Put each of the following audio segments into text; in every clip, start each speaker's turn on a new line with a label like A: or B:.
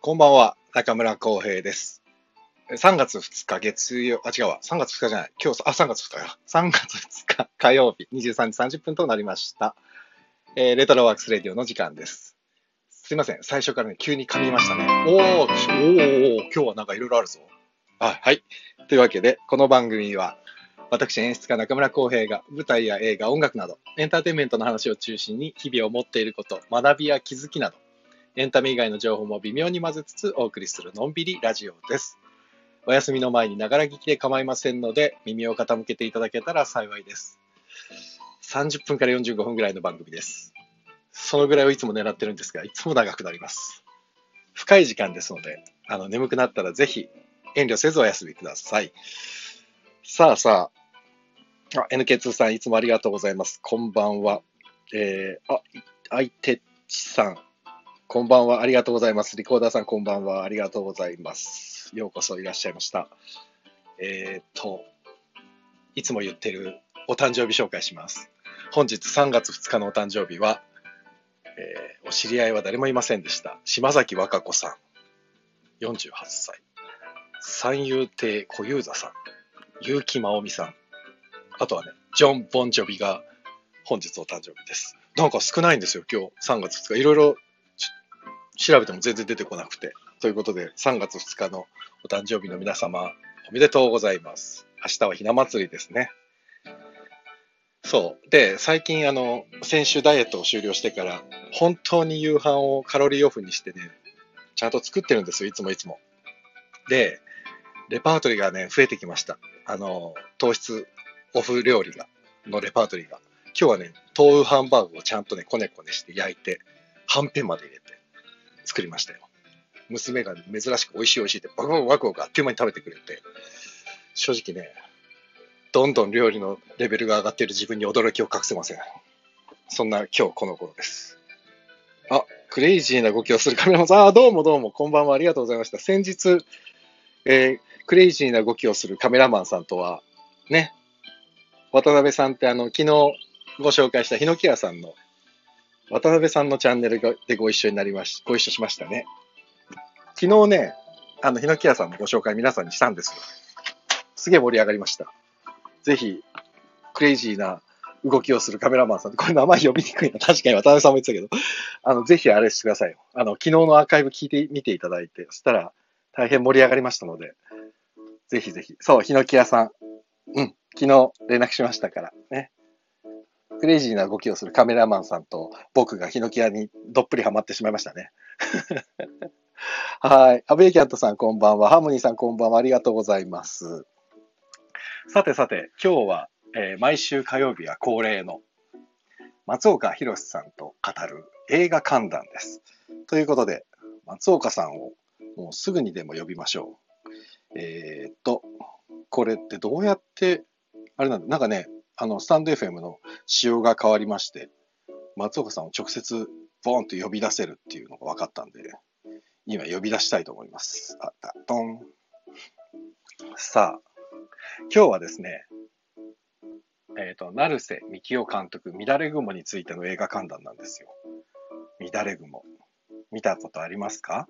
A: こんばんは、中村浩平です。3月2日月曜、あ、違うわ、3月2日じゃない、今日、あ、3月2日よ。3月2日火曜日、23時30分となりました。えーレトロワークスレディオの時間です。すいません、最初からね、急に噛みましたね。おー、おーおーおー今日はなんかいろいろあるぞ。あ、はい。というわけで、この番組は、私演出家中村浩平が舞台や映画、音楽など、エンターテインメントの話を中心に、日々を持っていること、学びや気づきなど、エンタメ以外の情報も微妙に混ぜつつお送りするのんびりラジオです。お休みの前にながら聞きで構いませんので、耳を傾けていただけたら幸いです。30分から45分ぐらいの番組です。そのぐらいをいつも狙ってるんですが、いつも長くなります。深い時間ですので、あの眠くなったらぜひ遠慮せずお休みください。さあさあ、あ NK2 さんいつもありがとうございます。こんばんは。えー、あ、相手っちさん、こんばんは、ありがとうございます。リコーダーさん、こんばんは、ありがとうございます。ようこそいらっしゃいました。えーっと、いつも言ってるお誕生日紹介します。本日3月2日のお誕生日は、えーお知り合いは誰もいませんでした。島崎和歌子さん、48歳。三遊亭小遊三さん、結城真央美さん。あとはね、ジョン・ボンジョビが本日お誕生日です。なんか少ないんですよ、今日3月2日。いろいろ調べても全然出てこなくて。ということで、3月2日のお誕生日の皆様、おめでとうございます。明日はひな祭りですね。そう。で、最近、あの、先週ダイエットを終了してから、本当に夕飯をカロリーオフにしてね、ちゃんと作ってるんですよ、いつもいつも。で、レパートリーがね、増えてきました。あの、糖質オフ料理が、のレパートリーが。今日はね、豆腐ハンバーグをちゃんとね、こねこねして焼いて、はんぺんまで入れて、作りましたよ。娘が珍しく美味しい美味しいってバクバクバクバクあっという間に食べてくれて、正直ね、どんどん料理のレベルが上がっている自分に驚きを隠せません。そんな今日この頃です。あ、クレイジーな動きをするカメラマンさん、あ、どうもどうも、こんばんは、ありがとうございました。先日、えークレイジーな動きをするカメラマンさんとは、ね、渡辺さんってあの、昨日ご紹介したヒノキ屋さんの渡辺さんのチャンネルでご一緒になりまし、ご一緒しましたね。昨日ね、あの、ヒノキ屋さんのご紹介皆さんにしたんですよ。すげえ盛り上がりました。ぜひ、クレイジーな動きをするカメラマンさん、これ名前呼びにくいな。確かに渡辺さんも言ってたけど、あの、ぜひあれしてくださいよ。あの、昨日のアーカイブ聞いてみていただいて、そしたら大変盛り上がりましたので、ぜひぜひ。そう、ヒノキ屋さん。うん、昨日連絡しましたからね。クレイジーな動きをするカメラマンさんと僕がヒノキ屋にどっぷりハマってしまいましたね。 はい。アベイキャットさんこんばんは。ハーモニーさんこんばんは。ありがとうございます。さてさて、今日は、えー毎週火曜日は恒例の松岡弘さんと語る映画観覧です。ということで、松岡さんをもうすぐにでも呼びましょう。えーっと、これってどうやって、あれなんだ、なんかね、あの、スタンド FM の仕様が変わりまして、松岡さんを直接ボーンと呼び出せるっていうのが分かったんで、今呼び出したいと思います。あった、ドン。さあ、今日はですね、えっ、と、成瀬幹雄監督、乱れ雲についての映画観覧なんですよ。乱れ雲。見たことありますか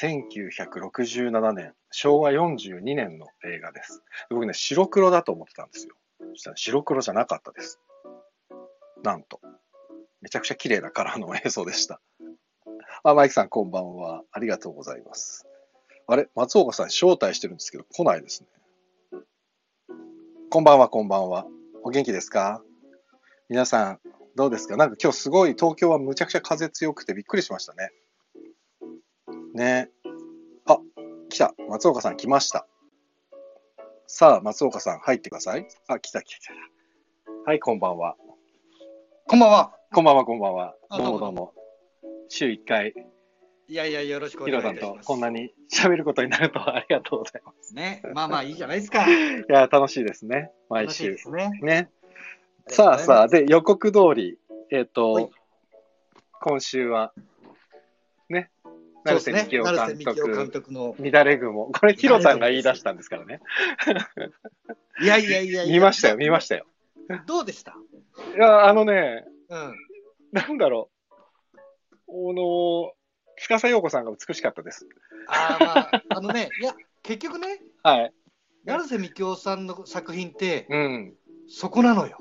A: ?1967 年、昭和42年の映画です。僕ね、白黒だと思ってたんですよ。そしたら白黒じゃなかったです。なんと。めちゃくちゃ綺麗なカラーの映像でした。あ、マイクさんこんばんは。ありがとうございます。あれ松岡さん招待してるんですけど来ないですね。こんばんは、こんばんは。お元気ですか皆さん、どうですかなんか今日すごい東京はむちゃくちゃ風強くてびっくりしましたね。ねあ、来た。松岡さん来ました。さあ、松岡さん入ってください。あ、来た来た来た。はい、こんばんは。
B: こんばんは。
A: こんばんは、こんばんは。
B: あ
A: どうも
B: どうも
A: どうも。週1回、
B: いやいや、よろしくお
A: ヒ
B: 願い
A: ロ
B: いた
A: さ
B: し
A: ん
B: ます。
A: とこんなに喋ることになるとはありがとうございま
B: ね。まあまあ、いいじゃないですか。
A: す。いや、楽しいですね。毎
B: 楽しい
A: 週
B: で。すね。
A: ね。さあさあ、
B: で、
A: で、予告通り、えっ、
B: はい
A: と、今週は、ね、
B: そう
A: 成
B: です
A: 瀬
B: ね
A: 幹。雄
B: 成瀬
A: 監
B: 幹雄監
A: 督、
B: 督の。
A: 乱れ雲。これ、ヒロさんが言い出したんですからね。
B: いやいやいやいや。
A: 見ましたよ、見ま
B: し
A: したよ。
B: た。どうでした
A: いや、あのね、
B: うん。
A: なんだろう。あの、司陽子さんが美しかったです。
B: あー、まあ、あのね、いや、結局ね、
A: はい。
B: 成瀬みきおさんの作品って、
A: うん。
B: そこなのよ。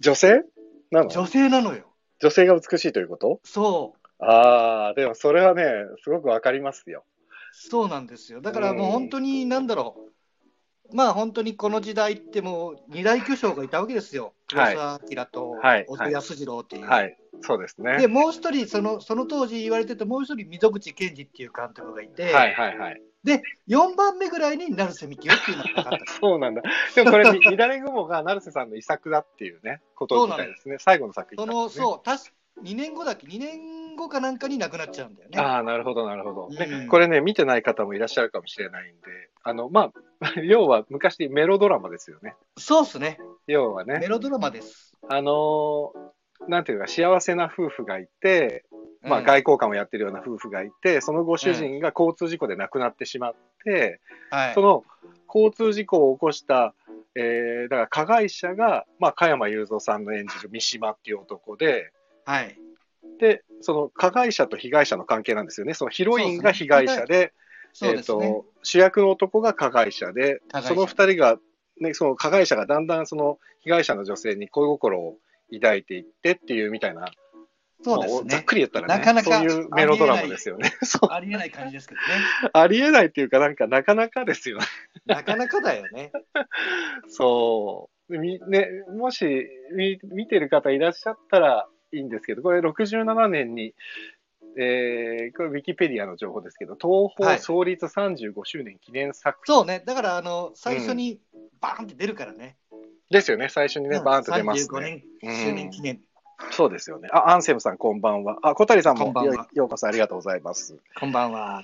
A: 女性なの
B: 女性なのよ。
A: 女性が美しいということ
B: そう。
A: ああ、でもそれはね、すごくわかりますよ。
B: そうなんですよ。だからもう
A: うん
B: 本当に、なんだろう。まあ本当にこの時代ってもう二大巨匠がいたわけですよ。黒
A: はい
B: 澤明と
A: はい
B: 小田康二郎っていう。
A: はい。そうです
B: で
A: ね。
B: もう一人その、その当時言われてたもう一人、溝口健二っていう監督がいて、
A: はいはいはい。
B: 4番目ぐらいに成瀬幹雄っていうのが 分かった。
A: そうなんだ。でもこれ、み 乱れ雲が成瀬さんの遺作だっていうね、ことみたいですね。最後の作品
B: そ
A: だったん
B: の
A: ですね、
B: そう確か2年後だっけ、2年後かなんかに亡くなっちゃうんだよね。
A: ああ、なるほど、なるほど。ね
B: うん
A: これね、見てない方もいらっしゃるかもしれないんで、あの、まあ、 要は昔メロドラマですよね。
B: そうっすね、
A: 要は
B: メ
A: ね、
B: ロドラマです。
A: あのーなんていうか、幸せな夫婦がいて、まあ、
B: うん
A: 外交官をやってるような夫婦がいて、そのご主人が交通事故で亡くなってしまって、
B: はい
A: その交通事故を起こした、えー、だから加害者が、まあ、加山雄三さんの演じる三島っていう男で、
B: はい、
A: で、その加害者と被害者の関係なんですよね。そのヒロインが被害者で、
B: そうです
A: えー
B: ね。
A: と主役の男が加害者で
B: 加害者
A: その2人が、ね、その加害者がだんだんその被害者の女性に恋心を抱いていってっていうみたいな、
B: そうです
A: まあざっ
B: ね。
A: くり言ったらね
B: なかなか
A: そういうメロドラマですよね。 そう
B: ありえない感じですけどね。
A: ありえないっていうかなんかなかなかですよね。
B: なかなかだよね。
A: そうみね、もしみ見てる方いらっしゃったらいいんですけどこれ67年に、えーこれウィキペディアの情報ですけど東
B: は
A: 宝
B: い
A: 創立35周年記念作品
B: そうね、だからあの最初にバーンって出るからね。
A: ですよね、最初にね、
B: うん
A: バーンと出ます、ね。
B: 35年周年記念。
A: そうですよね。あ、アンセムさん、こんばんは。あ、小谷さん
B: こ
A: も
B: んばんは
A: よようこそありがとうございます。
B: こんばんは。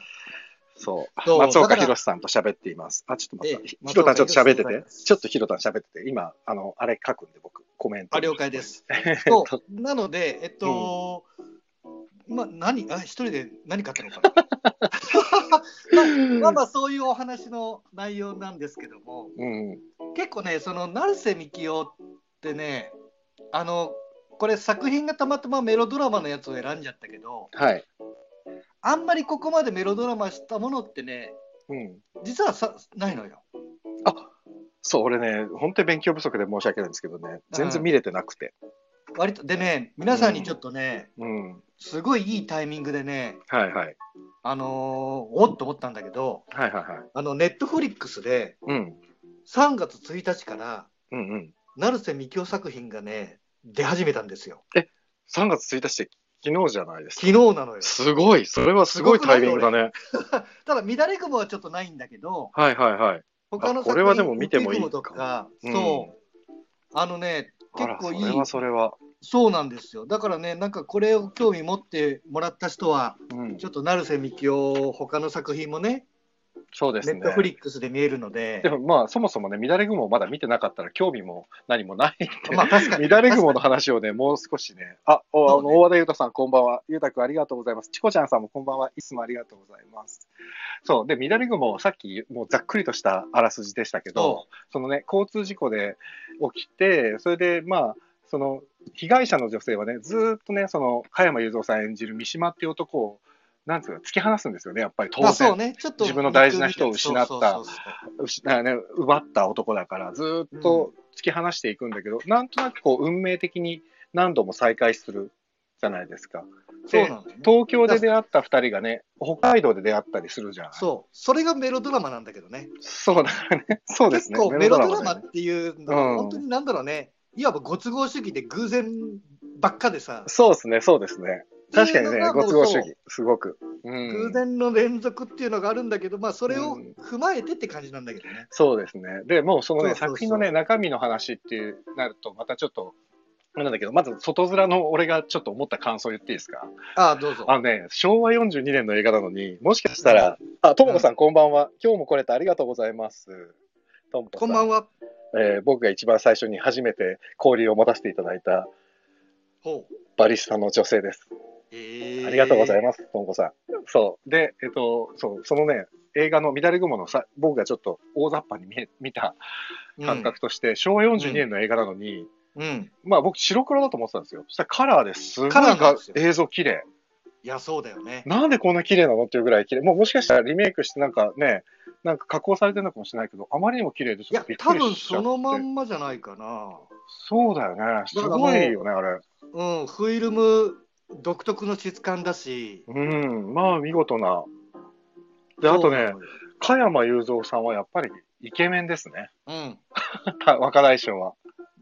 A: そう。
B: そう
A: 松
B: だか
A: 岡
B: ら
A: 弘さんと喋っています。あ、ちょっと待っ
B: え
A: て。
B: え
A: ひろたん、ちょっと喋って
B: 松岡
A: て
B: 弘。さん
A: ちょっとひろたん喋ってて。今、あの、あれ書くんで、僕、コメント。
B: あ了解で。す。そうなので、えっと、まあ何あ一人で何買ったのかな。まあまあそういうお話の内容なんですけども、
A: うん。
B: 結構ねその成瀬幹雄ってね、あのこれ作品がたまたまメロドラマのやつを選んじゃったけど、
A: はい。
B: あんまりここまでメロドラマしたものってね、
A: うん。
B: 実はさないのよ。
A: あ、そう、俺ね、本当に勉強不足で申し訳ないんですけどね、全然見れてなくて。
B: 割とでね皆さんにちょっとね、
A: うん。
B: すごいいいタイミングでね
A: はいはい。
B: あのーおっと思ったんだけど
A: はいはいはい。
B: あのネットフリックスで
A: うん。
B: 3月1日から
A: うんうん。
B: 成瀬みきお作品がね出始めたんですよ
A: 3月1日って昨日じゃないですか。
B: 昨日なのよ
A: すごい、それはすごいタイミングだね。
B: ただ乱れ雲はちょっとないんだけど
A: はいはいはい。
B: 他の
A: あこれはでも見てもいい
B: 雪雲とか、
A: うん
B: そうあのね
A: あ
B: 結
A: ら
B: 構いい
A: それはそれは。
B: そうなんですよだからねなんかこれを興味持ってもらった人は
A: うん
B: ちょっと成瀬みきお他の作品もね
A: そうです
B: ネ
A: ね
B: ッ。トフリックスで見えるので
A: でもまあそもそもね、乱れ雲をまだ見てなかったら興味も何もないんで、
B: まあ確かに。
A: 乱れ雲の話をね、もう少しね、あ、おあの
B: そうね
A: 大和田裕太さん、こんばんは。裕太くん、ありがとうございます。チコちゃんさんもこんばんは。いつもありがとうございます。そう、で、乱れ雲、さっきもうざっくりとしたあらすじでしたけど、
B: そ
A: そのね、交通事故で起きて、それでまあ、その被害者の女性はね、ずーっとね、その加山雄三さん演じる三島っていう男を、なんつうか、突き放すんですよね、やっぱり
B: う
A: 当
B: まあ
A: 然
B: そう。ね、ちょっと
A: 自分の大事な人を失った
B: そうそうそうそう
A: 失あね、奪った男だからずーっと突き放していくんだけど、なんとなくこう運命的に何度も再会するじゃないですか
B: そうなのね。
A: 東京で出会った2人がね北海道で出会ったりするじゃない
B: そう、それがメロドラマなんだけどね。
A: そうだからね そうです
B: 結
A: ね
B: 構メロドラマ
A: だ
B: っ
A: よね
B: ていうの
A: う
B: は
A: ん
B: 本当になんだろうね、いわばご都合主義で偶然ばっかでさ、
A: そうですねそうですね確かに
B: ってい
A: ね
B: うのが
A: ご都合主
B: そ
A: 義すごく、うん、
B: 偶然の連続っていうのがあるんだけど、まあそれを
A: うん
B: 踏まえてって感じなんだけどね。
A: そうですね。でもうそのね
B: そうそうそう
A: 作品のね中身の話っていうなるとまたちょっとあれなんだけどまず外面の俺がちょっと思った感想言っていいですか
B: ああ、どうぞ。
A: あのね、昭和42年の映画なのに、もしかしたら、あ、ともこさん、こんばんは。今日も来れてありがとうございます。ともこさ
B: こ
A: ん、
B: んば
A: ん
B: んは。
A: えー僕が一番最初に初めて交流を持たせていただいた
B: ほう。
A: バリスタの女性です。
B: え
A: ありがとうござい
B: ま
A: ます、ともこさん。そう。で、えっと、そう、そのね、映画の乱れ雲のさ、僕がちょっと大雑把に見え見た感覚として、昭和42年の映画なのに、
B: うん。うん
A: まあ僕白黒だと思ってたんですよ。そしたらカラーですごい
B: カラーなんですよ
A: が映像綺麗。
B: いいや、そうだよね。
A: なんでこんな綺麗なのっていうぐらい綺麗。もうもしかしたらリメイクしてなんかね、なんか加工されてるのかもしれないけど、あまりにも綺麗で
B: い
A: ちょっ
B: や
A: とびっ、
B: 多
A: く
B: 分
A: りしちゃ
B: そ
A: って。
B: のまんまじゃないかな。
A: そうだよね。す
B: だから
A: ごいよね、あれ。
B: うん、フィルム独特の質感だし。
A: うん、まあ見事な。で、あとね、加山雄三さんはやっぱりイケメンですね。
B: そうなのよ。うん。
A: 若大将は。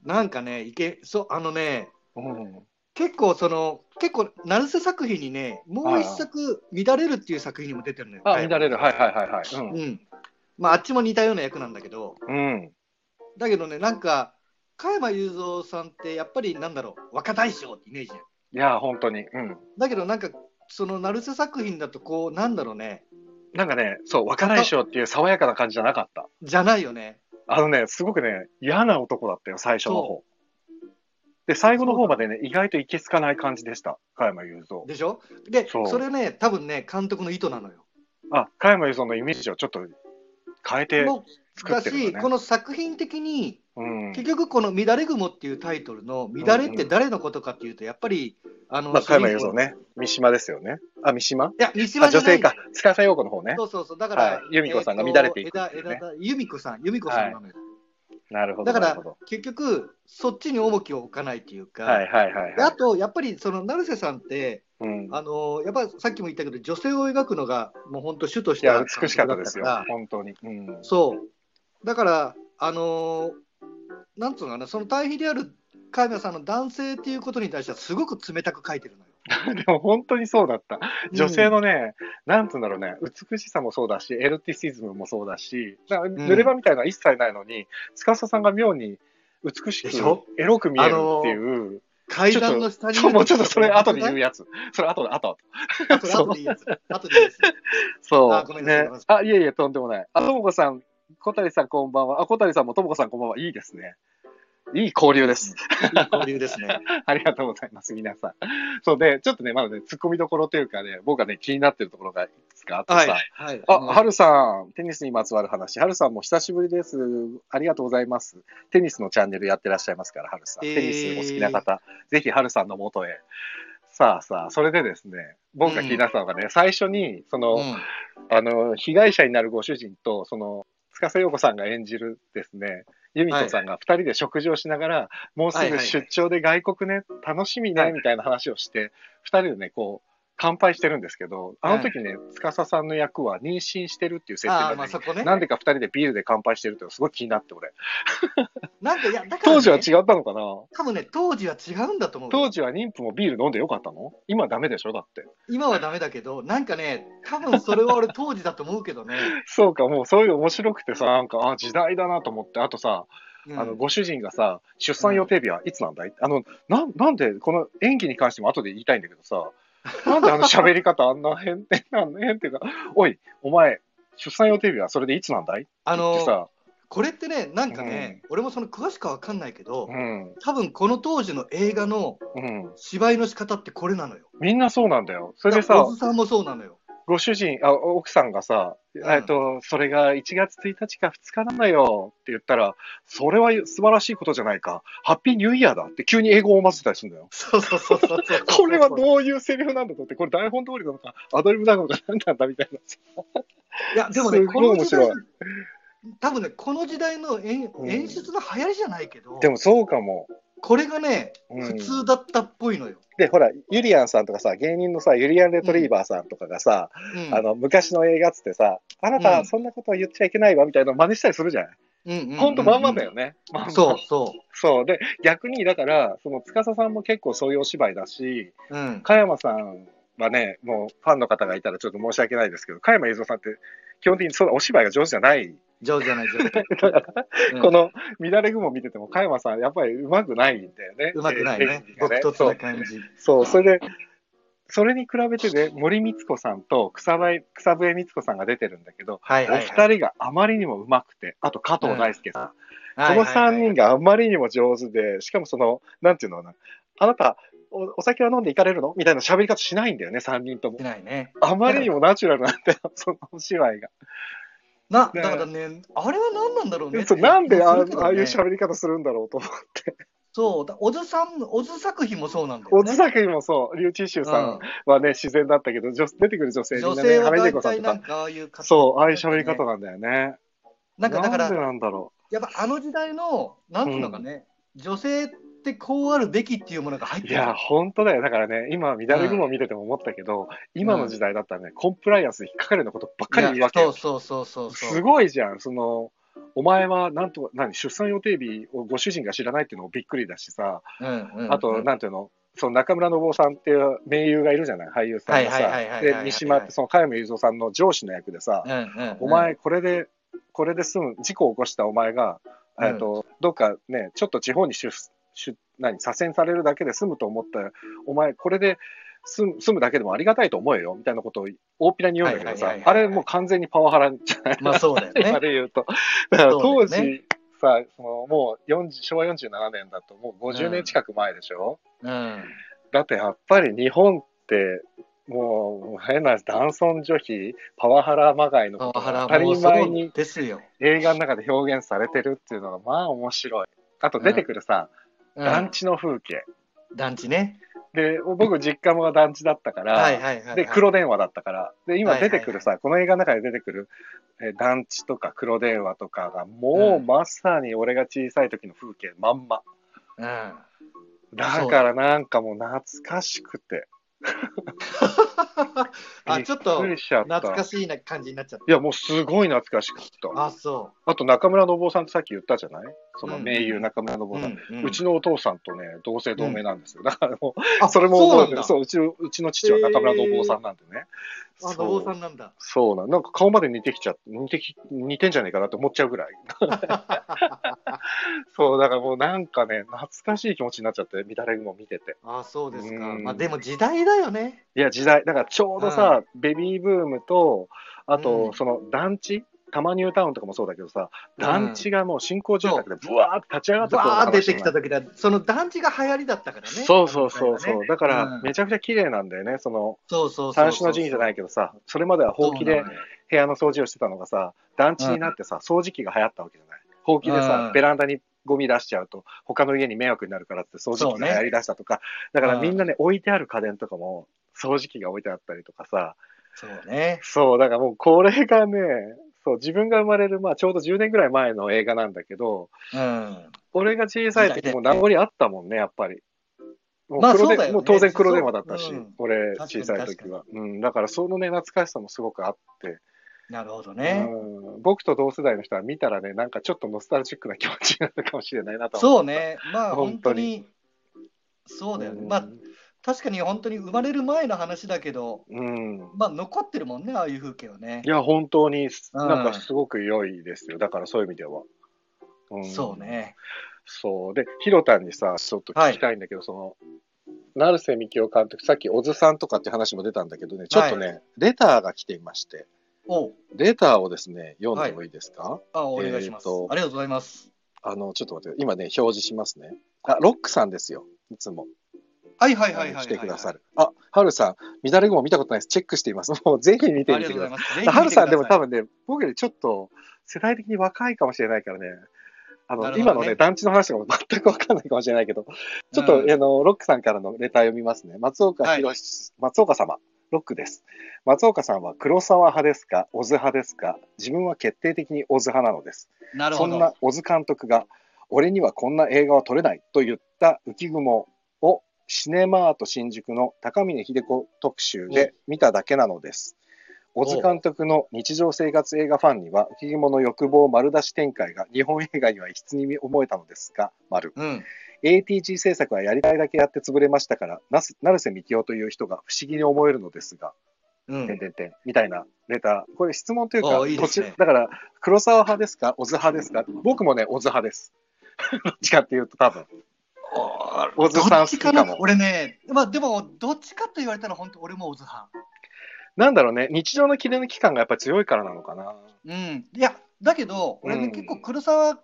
B: なんかね、いけ、そう、あのね、
A: うん。
B: 結構その、結構、成瀬作品にね、もう一作、乱れるっていう作品にも出てるのよ。
A: あ、
B: は
A: 乱
B: い
A: れる。はいはいはいはい。
B: うん。まあ、あっちも似たような役なんだけど、
A: うん。うん。
B: だけどね、なんか、加山雄三さんって、やっぱりなんだろう、若大将ってイメージじゃ
A: い
B: ん
A: や、本当に。うん。
B: だけど、なんか、その、成瀬作品だと、こう、なんだろうね、
A: なんかね、そう、若大将っていう爽やかな感じじゃなかった。
B: じゃないよね。
A: あのね、すごくね、嫌な男だったよ、最初の方。で、最後の方までね、意外といけつかない感じでした、加山雄三。
B: でしょで、
A: そう
B: それね、多分ね、監督の意図なのよ。
A: あ、加山雄三のイメージをちょっと変えて
B: もう
A: 作
B: だ
A: ってる
B: し、
A: んだ
B: こ
A: ね。
B: の作品的に、
A: うん。
B: 結局この「乱れ雲」っていうタイトルの「乱れ」って誰のことかっていうとやっぱりあの、
A: まあ、加山雄
B: 主人
A: 三
B: 公
A: ね、三島ですよね。あ、三島
B: いや三島
A: あ、
B: じゃ
A: 女
B: な
A: 性
B: い
A: か。司さ陽子の方ね。
B: そうそうそうだから、
A: はい由美子さんが
B: えーと
A: 乱れていくっ
B: 枝
A: ていうね
B: 枝だ由美子さん由美子さんなのよ、
A: なるほど。
B: だか
A: な
B: ら
A: るほど
B: 結局そっちに重きを置かないというか、
A: はいはいはい
B: で
A: は
B: あ
A: い。
B: とやっぱりその成瀬さんって
A: うん。
B: あのやっぱさっきも言ったけど女性を描くのがもう本当主とし
A: い
B: て
A: や、美しかったですよ
B: だら、
A: 本当に。うん。
B: そう。だから、あのーなんつうのかな、その対比である加山さんの男性っていうことに対しては、すごく冷たく書いてるのよ。
A: でも本当にそうだった。女性のね、なんつうんだろうね、美しさもそうだし、エロティシズムもそうだし、だから濡れ場みたいなのは一切ないのに、司さんが妙に美しく
B: でしょ、
A: エロく見えるっていう、
B: 階段の下にい
A: そう
B: る
A: もうちょっとそれ後で言う
B: う。
A: やつ。それ後で、後。
B: あそれ後で言うやつ。後で言うやつ。
A: そう。
B: あごめんなさい
A: ね
B: ごめんな。
A: あ、いえいえ、とんでもない。あ、ともこさん、小谷さんこんばんは。あ、小谷さんもともこさんこんばんは。いいですね。いい交流です。
B: いい交流ですね。
A: ありがとうございます、皆さん。そうで、ちょっとね、まだね、突っ込みどころというかね、僕がね、気になってるところがいくつかあってさ、
B: はい。はい。
A: あ、
B: の
A: はるさん、テニスにまつわる話。はるさんも久しぶりです。ありがとうございます。テニスのチャンネルやってらっしゃいますから、はるさん。
B: えー
A: テニスお好きな方、ぜひはるさんの元へ。さあさあ、それでですね、僕が気になったのがね、最初に、その、
B: うん
A: あの、被害者になるご主人と、その、司陽子さんが演じるですね、由美子さんが2人で食事をしながら、もうすぐ出張で外国ね、楽しみ
B: は
A: ね、
B: い
A: みたいな話をして、2人でね、こう、乾杯してるんですけど、あの時ね、司さんの役は妊娠してるっていう設定
B: あ
A: な
B: ー
A: の
B: まあ
A: に、
B: そこね。
A: なんでか2人でビールで乾杯してるっていうのすごい気になって、俺。
B: なんか、いや、だから
A: 当
B: ね、
A: 時は違ったのかな
B: 多分ね、当時は違うんだと思う。
A: 当時は妊婦もビール飲んでよかったの今ダメでしょだって。
B: 今はダメだけど、なんかね、多分それは俺当時だと思うけど ね。
A: そうか、もうそういうの面白くてさ、なんか、あ、時代だなと思って、あとさ、
B: うん
A: あのご主人がさ、出産予定日はいつなんだい、あのなんなんで、この演技に関しても後で言いたいんだけどさ、なんであの喋り方、あんな変変なの変っていうか、おい、お前、出産予定日はそれでいつなんだいって
B: あ
A: 言って
B: の、
A: さ、
B: これってね、なんかね、俺もその詳しくは分かんないけど、
A: うん
B: 多分この当時の映画の
A: うん、
B: 芝居の仕方ってこれなのよ。
A: みんなそうなんだよ。そ
B: そ
A: れでさ
B: 小、津さんもそうなのよ。
A: ご主人あ、奥さんがさ、
B: ん
A: えっと、それが1月1日か2日なんだよって言ったら、それは素晴らしいことじゃないか、ハッピーニューイヤーだって急に英語を混ぜたりするんだよ。
B: そうそうそうそうそう。
A: これはどういうセリフなんだと思って、これ台本通りなのか、アドリブなのか、何なんだみたいな。
B: いや、でもね、
A: す
B: こ
A: ごい
B: の
A: 面
B: 時
A: 白い
B: 代、多分ね、この時代の演
A: うん
B: 演出の流行りじゃないけど、
A: でもそうかも。
B: これがね、
A: うん
B: 普通だったっぽいのよ。
A: で、ほら、ゆりやんさんとかさ、芸人のさ、ゆりやんレトリーバーさんとかがさ、
B: うん、
A: あの、昔の映画っつってさ、あな
B: う
A: た
B: ん
A: そんなこと言っちゃいけないわみたいなの真似したりするじゃない、
B: うんうんうん
A: ほんとまんまだよ。ね。まんま
B: そうそ
A: そう。で、逆に、だから、その、司さんも結構そういうお芝居だし、
B: う。うん。
A: 加山さんはね、もうファンの方がいたらちょっと申し訳ないですけど、加山雄三さんって基本的にそんなお芝居が上手じゃない
B: 上手じゃない上 手。
A: だから、
B: うん
A: この乱れ雲見てても、加山さん、やっぱりうまくないんだよ ね。
B: うまくないね
A: 演。技が
B: 独特
A: そ
B: な
A: う
B: 感じ。
A: そう、それで、それに比べてね、森光子さんと草笛草笛光子さんが出てるんだけど、
B: はい
A: お
B: はいはい。
A: 二人があまりにもうまくて、あと加藤大輔さん、
B: は
A: こ
B: い
A: の
B: はいはい
A: 三人があまりにも上手で、しかもその、なんていうのかな、あなた、おお酒は飲んでいかれるのみたいな喋り方しないんだよね、三人とも
B: し。ないね。
A: あまりにもナチュラルなんだ よ、そのお芝居が。
B: な、
A: ね
B: だからね、あれは何なんだろうね。
A: そうなんであ,、
B: するけどね
A: ああいう喋り方するんだろうと思って。
B: そう、だ小津さん、小津作品もそうなんだよ
A: 小
B: ね。
A: 津作品もそう、リュウ・チーシュウさんはね、自然だったけど、女出てくる女性
B: うん
A: み
B: 女
A: んなね、
B: 性は
A: 原
B: 大
A: 猫さん
B: 体
A: と
B: なん
A: か、
B: かああいう方
A: そう、ああいう喋り方なんだよね。
B: なんかだか
A: なんで
B: ら、
A: なんだろ
B: やっぱあの時代の、なんつうのかね、女性ってこうあるべきっていうものが入っ
A: う。
B: て
A: い
B: る。
A: や、本当だよ。だからね、今、乱れ雲見てても思ったけど、今の時代だったらね、コンプライアンスに引っかかるようなことばっかり言うわけ
B: そう
A: よ。
B: そうそうそうそう。
A: すごいじゃん。その、お前は、なんとか、何、出産予定日をご主人が知らないっていうのもびっくりだしさ、
B: うんうんうん
A: あと、なんていうの、その中村信夫さんっていう名優がいるじゃない、俳優さんが
B: はいはいはいはいは
A: さ。
B: いはい
A: で、三島って、その加山雄三さんの上司の役でさ、
B: うんうんうん
A: お前、これで、これで済む、事故を起こしたお前が、えっと、どっかね、ちょっと地方に出、出、何、左遷されるだけで済むと思った、お前、これで済む、済むだけでもありがたいと思えよ、みたいなことを大っぴらに言うんだけど
B: は
A: さ
B: いはいはい、
A: あ
B: はい
A: れもう完全にパワハラじゃない
B: まあそうだよ
A: 今
B: ね。
A: で言うと。だから
B: そ
A: 当
B: うだよね
A: 時、さ、そのもう40昭和47年だともう50年近く前でしょ、
B: うん。
A: だってやっぱり日本って、もう変な男尊女卑、パワハラまがいの
B: パ
A: こ
B: ワ
A: と
B: ハ
A: が
B: ラ
A: 当た
B: も
A: り
B: そ
A: 前に
B: うですよ。
A: 映画の中で表現されてるっていうのがまあ面白い。あと出てくるさ、
B: うん
A: 団地の風景。
B: 団地ね。
A: で、僕実家も団地だったから、
B: はいはいはいはい。
A: で、黒電話だったから。で、今
B: はいは
A: 出
B: いはい
A: てくるさ、この映画の中で出てくる、えー団地とか黒電話とかが、もう
B: うん
A: まさに俺が小さい時の風景まんま。
B: うん。
A: だからなんかもう懐かしくて。
B: あ、ちょっと
A: びくりしちゃった
B: 懐かしいな感じになっちゃっ
A: いや、もうすごい懐かしかった。
B: た。
A: あ
B: あ、そ
A: と中村信夫さんってさっき言ったじゃないその
B: うん
A: 名優中村信
B: う。
A: 夫さん。
B: ん
A: うちのお父さんとね、同姓同名なんですよ。だからもう、
B: あ
A: それも
B: そう
A: 覚
B: な
A: えて
B: ん
A: る
B: だ。
A: そううちの、うちの父は中村信夫さんなんでね。
B: あ、
A: そう
B: 信夫さんなんだ。
A: そうなん、なんか顔まで似てきちゃって、似てき、似てんじゃないかなって思っちゃうぐらい。そう、だからもうなんかね、懐かしい気持ちになっちゃって、乱れ雲見てて。
B: あ、そうですか。
A: うん
B: まあでも時代だよね。
A: いや、時代、だからちょうどさ、ベビーブームと、あ
B: う
A: と、
B: ん
A: その団地、タマニュータウンとかもそうだけどさ、団地がもう新興住宅でブワーって立ち上がった頃の話
B: わあ出てき
A: じ
B: た
A: ゃない
B: 時だ。その団地が流行りだったからね。
A: そうそうそう
B: あの
A: そ
B: 時代はね
A: う。だか
B: う
A: ら
B: ん、
A: めちゃくちゃ綺麗なんだよね、その、
B: そうそうそう。。
A: 三種の神器じゃないいけどさ、それまではほうきで
B: そうなのよ
A: 部屋の掃除をしてたのがさ、団地になってさ、掃除機が流行ったわけじゃない。ほうきで
B: う
A: さ
B: ん、
A: ベランダにゴミ出しちゃうと、他の家に迷惑になるからって掃除機が流行り出したとか、だから
B: うん
A: みんなね、置いてある家電とかも、掃除機が置いてあったりとかさ、
B: そうね。
A: そう、だからもうこれがね、そう、自分が生まれる、まあちょうど10年ぐらい前の映画なんだけど、
B: うん。
A: 俺が小さい時も名残あったもんね、やっぱり。もう
B: まあ
A: 黒で
B: そうだよね
A: もう当然黒電話だったし、
B: そううん
A: 俺、
B: 確か
A: 小
B: に
A: さい時は。うん、だからそのね、懐かしさもすごくあって、
B: なるほどね。
A: うん、僕と同世代の人は見たらね、なんかちょっとノスタルジックな気持ちになるかもしれないなと
B: そうね。まあ
A: 本
B: 本
A: 当
B: 当
A: に
B: に。そう
A: う
B: だよね。
A: ん
B: まあ確かに本当に生まれる前の話だけど、
A: うん。
B: まあ残ってるもんね、ああいう風景はね
A: い。や、本当に、
B: うん
A: なんかすごく良いですよ。だからそういう意味では。うん
B: そう。ね。
A: そう。で、ヒロタンにさ、ちょっと聞きたいんだけど、その、成瀬幹雄監督、さっき小津さんとかって話も出たんだけどね、ちょっとね、レターが来ていまして、
B: おう
A: レターをですね、読んでもいいですか、
B: あ、お願いします。
A: えーと
B: ありがとうございます。
A: あの、ちょっと待って、今ね、表示しますね。あ、ロックさんですよ、いつも。
B: はいはいはいはいはい、はい。
A: 来てくださる。あ、ハルさん、乱れ雲見たことないです。チェックしています。 もうぜひ見て
B: あ
A: み
B: りが
A: て
B: と
A: く
B: うござ
A: ださ
B: います。
A: い。ハルさん、でも多
B: 分。
A: 分ね、僕よりちょっと世代的に若いかもしれないからね、あの、
B: なるほどね
A: 今のね、団地の話とかも全くわかんないかもしれないけど、ちょっと、
B: うん
A: あの、ロックさんからのレター読みますね。松岡
B: はい
A: 博史、松岡様、ロックです。松岡さんは黒沢派ですか、小津派ですか、自分は決定的に小津派なのです。
B: なる
A: そ
B: ほ
A: んな
B: ど。
A: 小津監督が、俺にはこんな映画は撮れないと言った浮雲をシネマアート新宿の高峰秀子特集で見ただけなのです。
B: お
A: 小津監督の日常生活映画ファンには浮雲の欲望丸出し展開が日本映画には異質に思えたのですが、丸。
B: うん。
A: ATG 制作はやりたいだけやって潰れましたから、なす成瀬幹雄という人が不思議に思えるのですが、
B: う
A: てん
B: ん。
A: てんてんみたいなレター。これ質問という
B: あ
A: か、
B: ーいいですね
A: 途中だから、黒沢派ですか小津派ですか僕もね、小津派です。 どっちかっていうと多分。小津さん好きかも
B: どっちな俺ね、まあでも、どっちかと言われたら本当俺も小津派。
A: なんだろうね、日常の切れ抜き感がやっぱ強いからなのかな。
B: うん。いや、だけど、俺
A: うん
B: ね、結構黒沢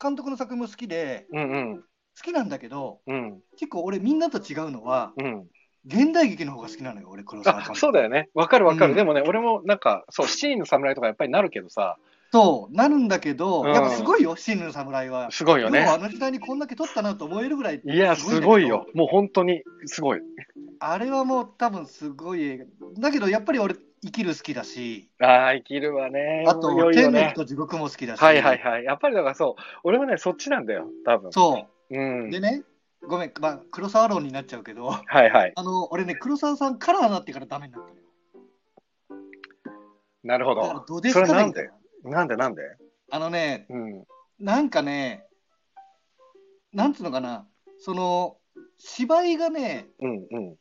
B: 監督の作品も好きで、
A: うんうん、
B: 好きなんだけど、
A: うん、
B: 結構俺みんなと違うのは、
A: うん。
B: 現代劇の方が好きなのよ、俺黒沢監
A: あ、
B: 督。
A: そうだよね。わかるわかる。
B: うん
A: でもね、俺もなんか、そう、七人の侍とかやっぱりなるけどさ、
B: そうなるんだけど、
A: うん
B: やっぱすごいよ、新の侍は。
A: すごいよ
B: よう
A: ね。
B: あの時代にこんだけ取ったなと思えるぐらい、
A: いや、すごいよ。。もう本当にすごい。
B: あれはもう多分すごい映画。だけどやっぱり俺、生きる好きだし、
A: ああ、生きるわね。
B: あと、
A: いよいよ
B: 天国
A: ね。
B: と地獄も好きだし、
A: はいはいはい。やっぱりだからそう。俺はね、そっちなんだよ。多分。
B: そうう。
A: ん
B: で。ね、ごめん、まあ、黒沢論になっちゃうけど、
A: はいはい。
B: あの俺ね、黒沢さんカラーになってからダメになったのよ。
A: なるほ
B: だから
A: ど。
B: どうですか
A: それ
B: ね
A: なんでなんでなんで
B: あのね、
A: うん。
B: なんかね、なんつうのかな、その芝居がね、
A: うんうん。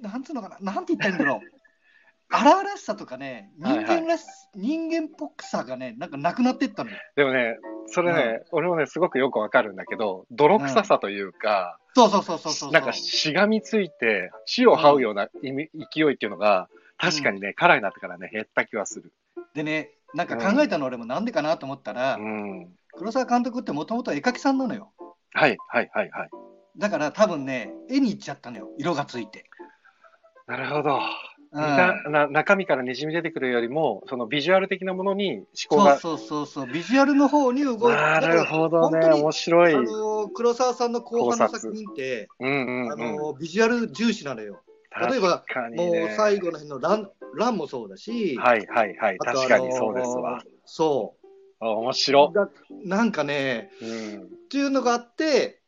B: なんつうのかな、なんて言ったらいいんだろう、 荒々しさとかね、人間らし、人間っぽくさがね、なんかなくなってったのよ。
A: でもね、それね、俺もね、すごくよくわかるんだけど、泥臭さというか、
B: そうそうそうそうそう。
A: なんかしがみついて、地を這うような意味勢いっていうのが、確かにね、カラーになってからね、減った気はする。
B: でね、なんか考えたの俺もなんでかなと思ったら、
A: うん。
B: 黒沢監督ってもともと絵描きさんなのよ。
A: はいはいはいはい。
B: だから多分ね、絵に行っちゃったのよ、色がついて。
A: なるほど。
B: うん
A: 見たな中身からにじみ出てくるよりも、そのビジュアル的なものに思考
B: そう
A: が。
B: そうそうそう、ビジュアルの方に動いて、
A: なるほど
B: だか
A: ね、
B: ら本当に
A: 面白い。
B: あ
A: うん
B: の黒沢さんの後半の
A: 考察
B: 作品って、
A: うんうん。
B: あのビジュアル重視なのよ。例えば
A: 確かに
B: も
A: ね
B: う最後の辺のランランもそうだし、
A: はいはいはい、
B: あと
A: 確かにそうですわ。。
B: あのそ
A: あ面
B: う
A: 白。
B: だなんかね、
A: うん。
B: っていうのがあって、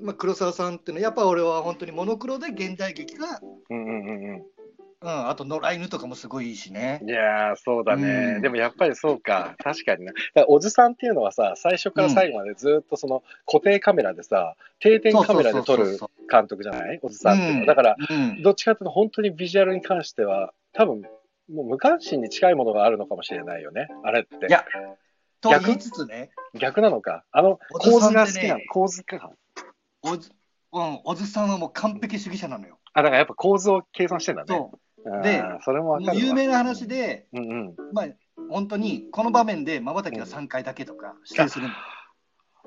B: まあ、黒沢さんっていうのは、やっぱ俺は本当にモノクロで現代劇が、
A: うんうんうんう
B: うん、あと野良犬とかもすごいいいしね
A: ん。。いやー、そうだね、
B: うん
A: でもやっぱりそうか。確かにな。だからおじさんっていうのはさ、最初から最後までずっとその固定カメラでさ、定点カメラで撮
B: そう
A: る
B: そう
A: 監督じゃないおじさんっていうの
B: うん
A: は。だから、
B: そうそううん
A: どっちかっていうと本当にビジュアルに関しては、多分、もう無関心に近いものがあるのかもしれないよね。あれって。
B: いやと
A: 逆
B: 言いつつね、
A: 逆なのか。あの、
B: お
A: 構
B: じさん
A: 図
B: ってね
A: が好きなの。構図か。
B: おず,、うん、おずさんはもう完璧主義者なのよ。
A: あ、だからやっぱ構図を計算してんだね。
B: そう
A: うん
B: で
A: それもわかるわ
B: もう有名な話。で、
A: うんうん。
B: まあ、本当にこの場面でまばたきは3回だけとか指定するの。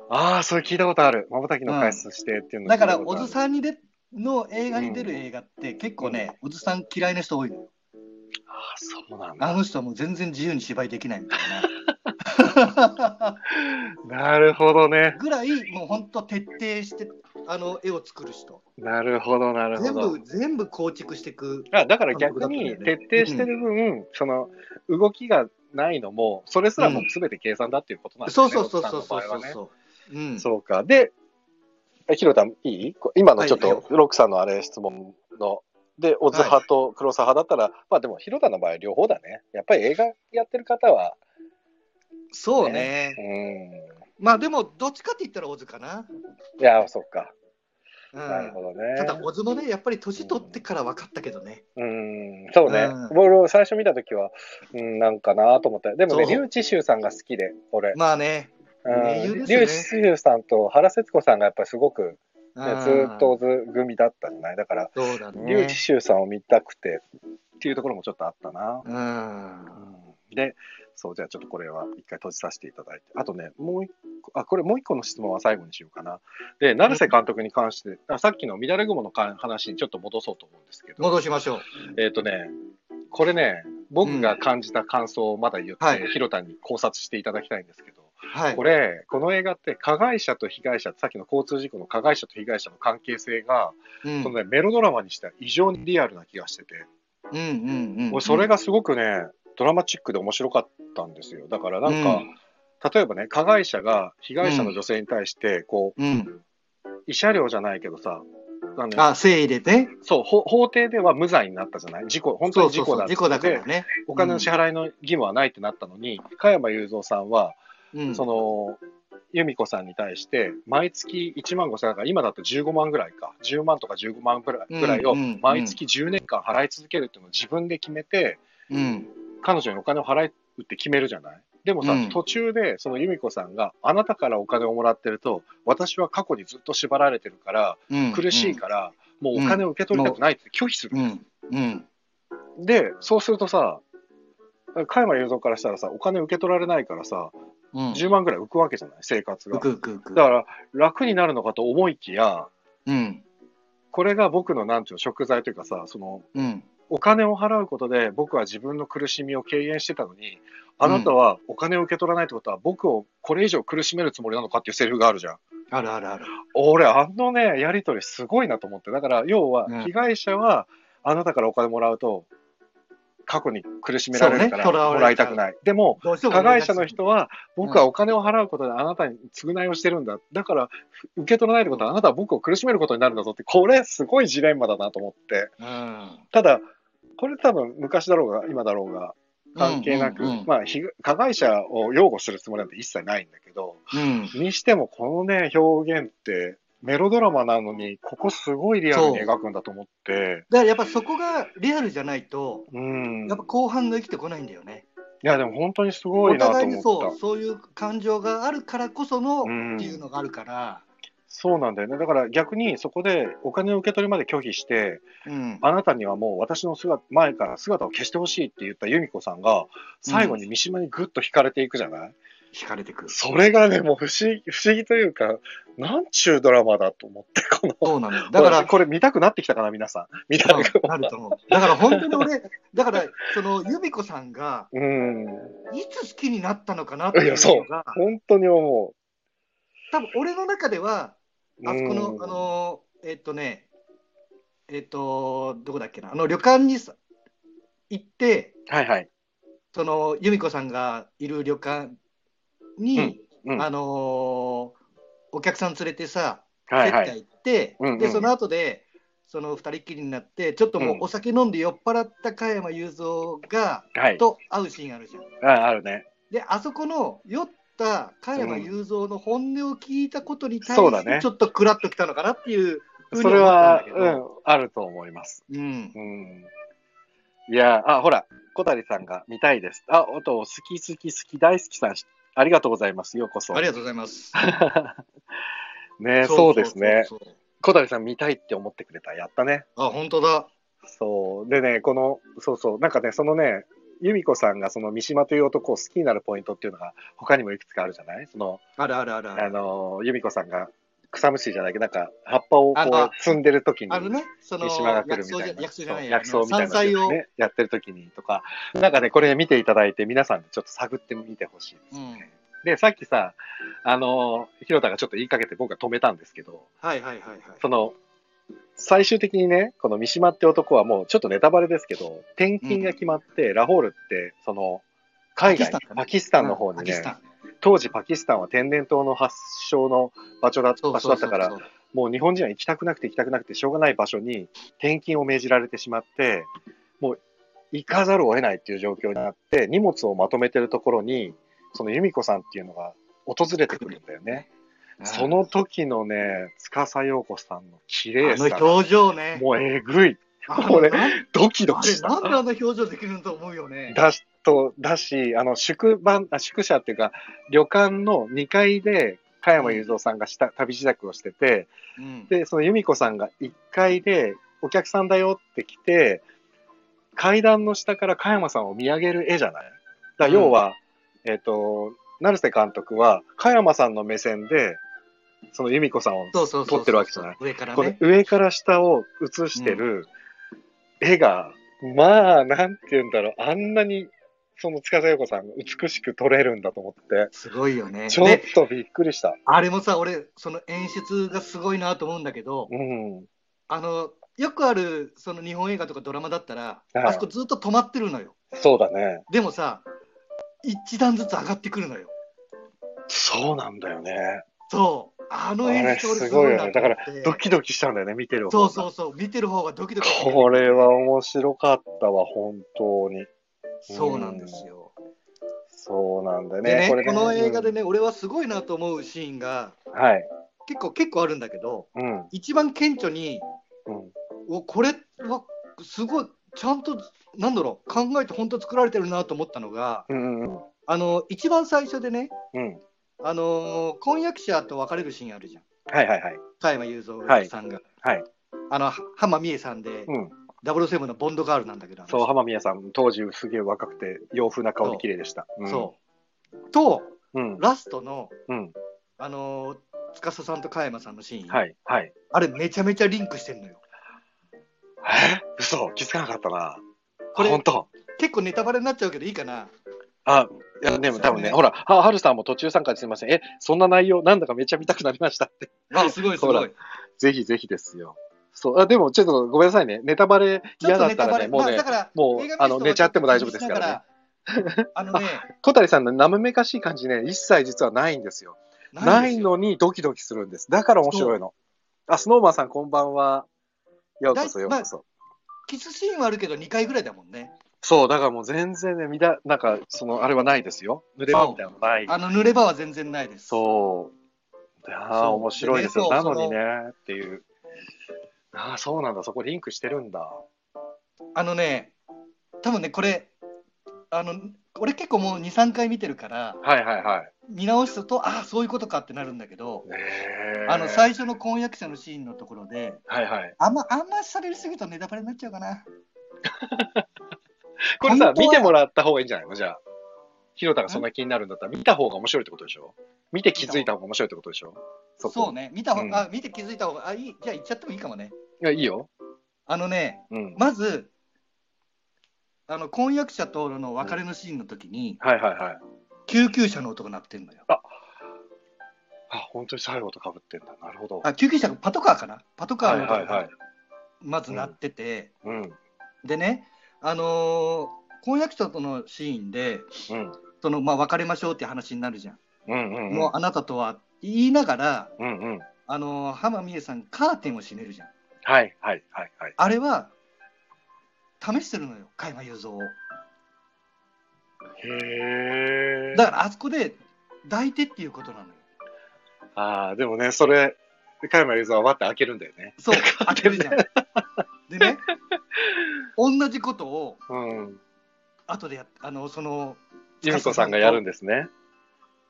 A: ああ、それ聞いたことある。まばたきの回数してっていうの
B: だから、
A: 聞いたことあ
B: お
A: る
B: ずさんにでの映画に出る映画って、結構ね、おずさん嫌いな人多いのよ。
A: ああ、そうなんだ。
B: あの人はもう全然自由に芝居できないみたいな。
A: なるほどね。
B: ぐらい、もう本当、徹底してあの絵を作る人。
A: なるほど、なるほ
B: 全
A: ど
B: 部、。全部構築していく。
A: あだから逆に
B: 監督だった
A: 徹
B: ん
A: 底して
B: だよね
A: る分、その動きがないのも、それすらも全て計算だっていうことなんです
B: そ
A: ね。
B: うそうそう
A: お父さ
B: そ
A: んの場
B: うそう
A: 合は
B: そう
A: ね
B: そう。うん、
A: そうか。で、えヒロタン、いいこ今のちょっ
B: はい
A: と、ロックさんのあれ質問の、で、オズ派と黒沢派だったら、まあでも、ヒロタンの場合、両方だね。やっぱり映画やってる方は、
B: そうね。
A: うん。
B: まあでも、どっちかって言ったらオズかな。
A: いや、そっか。
B: うん、
A: なるほどね。
B: ただ、オズもね、やっぱり年取ってから分かったけどね。
A: うん、そうね
B: うん。
A: ボールを最初見たときは、うん、なんかなと思った。でもね、
B: そう
A: リュウ・チシュウさんが好きで、俺。
B: まあね。名
A: う
B: 優
A: ん
B: です
A: リ
B: よ
A: ュウ・チシ
B: ね
A: ュウさんと原節子さんがやっぱりすごく、
B: う
A: ね
B: ん、
A: ずーっとオズ組だったじゃない。だから、
B: そうだ
A: リュウ・
B: ね
A: チ。シュウさんを見たくてっていうところもちょっとあったな。
B: うん
A: うんで、そう、じゃあちょっとこれは一回閉じさせていただいて、あとね、もう一個、あ、これもう一個の質問は最後にしようかな。で、成瀬監督に関して、あさっきの乱れ雲のか話にちょっと戻そうと思うんですけど、
B: 戻しましょう。
A: えっ、とね、これね、僕が感じた感想をまだ言って、
B: はい
A: 広田に考察していただきたいんですけど、
B: はい
A: こ。れ、この映画って、加害者と被害者、さっきの交通事故の加害者と被害者の関係性が、
B: うん
A: そのね、メロドラマにしては異常にリアルな気がしてて、
B: うんうんうん、
A: 俺それがすごくね、ドラマチックで面白かったんですよ。だからなんか、例えばね、加害者が被害者の女性に対して、こ
B: うん、うん
A: う、慰謝料じゃないけどさ、あの
B: あ誠意でね
A: そうほ法廷では無罪になったじゃない事故、本当に事故だ
B: そうそうそ
A: った
B: う事故だか
A: で
B: らね、
A: お金の支払いの義務はないってなったのに、加山雄三さんは、
B: うん、
A: その、由美子さんに対して、毎月1万5千円だから、今だと15万ぐらいか、10万とか15万ぐらいぐらいを
B: うんうんうん、
A: 毎月10年間払い続けるっていうのを自分で決めて、
B: うん、
A: 彼女にお金を払うって決めるじゃないでもさ、
B: うん
A: 途中で、その由美子さんがあなたからお金をもらってると、私は過去にずっと縛られてるから、
B: うん、
A: 苦しいから、もうお金を受け取りたくないって拒否する
B: らうんうん
A: で、そうするとさ、加山雄三からしたらさ、お金受け取られないからさ、
B: うん
A: 10万ぐらい浮くわけじゃない、生活が。
B: う
A: だ
B: くうくうく
A: から、楽になるのかと思いきや、
B: うん
A: これが僕のなんていうの、食材というかさ、その、
B: うん
A: お金を払うことで僕は自分の苦しみを軽減してたのに、あなたはお金を受け取らないってことは、僕をこれ以上苦しめるつもりなのかっていうセリフがあるじゃん。
B: あるあるある。
A: 俺、あのね、やりとりすごいなと思って。だから、要は
B: うん、
A: 被害者は、あなたからお金もらうと、過去に苦しめられるか
B: そうね囚わ
A: ら、
B: れ
A: もらいたくない。でも、
B: どうしても
A: 加害者の人は、
B: ん
A: 僕はお金を払うことであなたに償いをしてるんだ。だから、ふ受け取らないってことは、あなたは僕を苦しめることになるんだぞって、これ、すごいジレンマだなと思って。
B: うん、
A: ただ、これ多分、昔だろうが、今だろうが、関係なく、
B: うんうんうん
A: まあ、被加害者を擁護するつもりなんて一切ないんだけど、
B: うん
A: にしてもこのね表現ってメロドラマなのにここすごいリアルに描くんだと思って
B: だからやっぱそこがリアルじゃないと、
A: うんい
B: やっぱ後半が生きてこないんだよね。
A: やでも本当にすご
B: お
A: いなと
B: 互い
A: 思
B: に
A: った
B: そうそういう感情があるからこその
A: うん
B: っていうのがあるから、
A: そうなんだよねだから逆にそこでお金の受け取りまで拒否して
B: うん
A: あなたにはもう私の姿前から姿を消してほしいって言った由美子さんが最後に三島にぐっと惹かれていくじゃない、
B: 惹かれてくる。
A: それがねもう不思議不思議というかなんちゅうドラマだと思ってこの
B: そうなのよ。だから、
A: これ見たくなってきたかな皆さん見たく
B: うんなると思う。だから本当に俺、だから、その、由美子さんが、
A: うん
B: いつ好きになったのかなっていうのが、
A: 本当に思う
B: 多分俺の中では、あそこの、あの、えっとね、えっと、どこだっけな、あの旅館にさ行って、
A: はいはい。
B: その由美子さんがいる旅館に、
A: うんうん
B: あのーお客さん連れてさ、
A: はいは
B: 接
A: い。
B: 待行って、
A: うんうん
B: でその後でその二人っきりになってちょっともう
A: うん
B: お酒飲んで酔っ払った加山雄三が、
A: はい。
B: と会うシーンあるじゃん。
A: ああるね。
B: であそこの酔った加山雄三の本音を聞いたことに対
A: そうだ
B: して、
A: ね
B: ちょっとクラッときたのかなっていうふうに
A: そ
B: 思
A: れ
B: った
A: は、
B: んだけ
A: う
B: ど、
A: ん、あると思います。
B: うん
A: うん。いやー、あ、ほら、小谷さんが見たいです。あ、あと、好き好き好き大好きさん、ありがとうございます。ようこそ。
B: ありがとうございます。
A: ね、そうですね。
B: そうそうそう
A: 小谷さん見たいって思ってくれた。やったね。
B: あ本当だ。
A: そう。でね、この、そうそう、なんかね、そのね、由美子さんがその三島という男を好きになるポイントっていうのが他にもいくつかあるじゃないその、
B: あるあるあるある
A: あ。の、由美子さんが草むしりじゃないけど、なんか葉っぱを
B: あ
A: こ
B: の
A: う積んでる時に、
B: あのね、その
A: 三島が来るみたいな。
B: 薬草じゃない
A: そう薬草みたいな
B: 山菜
A: の
B: を、
A: をね、やってる時にとか、なんかね、これ見ていただいて、皆さんでちょっと探ってみてほしいです、ねで、さっきさ、あの、広田がちょっと言いかけて僕が止めたんですけど、
B: はいはいはいはい。
A: その、最終的にね、この三島って男はもうちょっとネタバレですけど、転勤が決まって、ラホールって、その、海外、パ
B: パキスタ
A: キ
B: ン
A: スタンの方に
B: パキス
A: ね
B: タ、ン
A: 当時パキスタンは天然痘の発祥の場所だ
B: そう
A: 場所だったから
B: そう、そう
A: もう日本人は行きたくなくて行きたくなくてしょうがない場所に転勤を命じられてしまって、もう行かざるを得ないっていう状況になって、荷物をまとめてるところに、その由美子さんっていうのが訪れてくるんだよね。
B: そう
A: その時のね、司陽子さんの綺麗さ
B: あの
A: が、
B: 表情ね。
A: もうえぐい、
B: あの
A: もうね
B: なん
A: ドキド
B: あ
A: キ
B: れ
A: し
B: な
A: た
B: ん。であんな表情できるんだと思うよね。
A: だし、と、だし、あの、宿番、あ宿舎っていうか、旅館の2階で、加山雄三さんがした旅支度をしてて、
B: うん
A: で、その由美子さんが1階で、お客さんだよって来て、階段の下から加山さんを見上げる絵じゃないだから要は、えっ、と、成瀬監督は、加山さんの目線で、その由美子さんを、
B: そうそうそうそう
A: 撮ってるわけじゃない。
B: 上から
A: これ
B: ね。
A: 上から下を写してる絵が、まあ、なんて言うんだろう、あんなに、その塚田陽子さんが美しく撮れるんだと思って、
B: すごいよね。
A: ちょっ
B: で、
A: とびっくりした。
B: あれもさ、俺、その演出がすごいなと思うんだけど、
A: うん。
B: あの、よくある、その日本映画とかドラマだったら、
A: はい
B: あそこずっと止まってるのよ。
A: そうだね。
B: でもさ、一段ずつ上がってくるのよ。
A: そうなんだよね。
B: そう。あの
A: あ
B: 演
A: れ
B: 出俺
A: す
B: すご
A: ごい
B: い
A: よ
B: な
A: ね。
B: と
A: だか
B: 思
A: ら
B: って、
A: ドキドキしたんだよね、見てる方
B: そ
A: が
B: うそうそう、見てる方がドキドキしてくる
A: これは面白かったわ、本当に。
B: そうなんですよ。
A: そうなんだよ
B: で
A: ね。
B: ねこ
A: れ
B: の映画で
A: ね、
B: ね、俺はすごいなと思うシーンが
A: うんはい。
B: 結構結構あるんだけど、
A: うん。
B: 一番顕著に、
A: うん。
B: おこれはすごい、ちゃんと、なんだろう、考えて本当作られてるなと思ったのが、
A: うんうん。
B: あの一番最初でね、
A: うん。
B: あのー婚約者と別れるシーンあるじゃん、
A: はいはいはい。
B: 加山雄三さんが。
A: はい。
B: あのは浜美恵さんで、
A: うん。
B: 007のボンドガールなんだけど、あの人
A: そう、浜宮さん、当時すげえ若くて、洋風な顔で綺麗でした。うん
B: そう。と、
A: うん。
B: ラストの、
A: うん。
B: あのー司さんと加山さんのシーン、
A: はい。はい。
B: あれめちゃめちゃリンクしてるのよ。
A: え嘘気づかなかったな。
B: これ
A: あ本当
B: 結構ネタバレになっちゃうけどいいかな
A: あ、いや、でも多分ね、ほら、ははるさんも途中参加ですいません。え、そんな内容、なんだかめっちゃ見たくなりました って。
B: あすごいす
A: ほ
B: ご
A: ら
B: い
A: ぜひぜひですよ。そう、あでもちょっとごめんなさいね。ネタバレ
B: ち
A: 嫌
B: ょっ
A: だ
B: と
A: っ
B: ネ
A: た
B: タ
A: ら
B: バ
A: ね、
B: レ
A: もうね
B: まあ、だから
A: もう
B: 映画見る人
A: あの
B: は
A: 寝ちゃっても大丈夫ですからね。
B: あのね、
A: 小谷さんのなめめかしい感じね、一切実はないんですよ。 ない
B: んですよ
A: のにドキドキするんです。だから面白いの。あ、スノーマンさんこんばんは。ようこそ
B: だ
A: よ
B: い
A: うこそ。
B: キスシーンはあるけど2回ぐらいだもんね。
A: そう、だからもう全然ね、みだ、なんか、その、あれはないですよ。濡れ場みたいなのない。
B: あの濡れ場は全然ないです。
A: そう。ああ、
B: そう
A: 面白いですよ。
B: でね
A: な
B: そ
A: の
B: う
A: にね、っていう。ああ、そうなんだ。そこリンクしてるんだ。
B: あのね、多分ね、これ、あの俺結構もう2、3回見てるから、
A: はいはいはい。
B: 見直すと、ああ、そういうことかってなるんだけど、
A: ねえ
B: あの最初の婚約者のシーンのところで、
A: はいはい。
B: あんま、あんま喋りすぎるとネタバレになっちゃうかな。
A: これさ
B: 本、当は
A: 見てもらった方がいいんじゃないのじゃあ。ひろたがそんな気になるんだったら、見た方が面白いってことでしょ見て気づいた方が面白いってことでしょ
B: そう
A: こ
B: ね、見た方、
A: うん
B: あ見て気づいた方が、あいい、じゃあ言っちゃってもいいかもね。
A: いや、いいよ。
B: あのね、
A: うん。
B: まず、あの婚約者との別れのシーンの時に、
A: はいはいはい。
B: 救急車の音が鳴ってんのよ。
A: あ、本当に最後とかぶってんだ。なるほど。
B: あ救急車がパトカーかなパトカー
A: はい
B: の
A: はい
B: 音
A: は
B: が
A: い。
B: まず鳴ってて、
A: うん。うん。
B: でね、あのー婚約者とのシーンでその、まあ、別れましょうって話になるじゃん、
A: うんうんうん。
B: もうあなたとは言いながら、
A: うんうん。
B: あのー浜美恵さんカーテンを閉めるじゃん
A: はいはいはいはい。
B: あれは試してるのよ加山雄三を
A: へえ。
B: だからあそこで抱いてっていうことなのよ
A: ああ、でもね、それ、加山雄三は割って開けるんだよね。
B: そう当てるじゃんでね同じことを
A: うん。
B: 後でやっあのその
A: 由美子さんがやるんですね。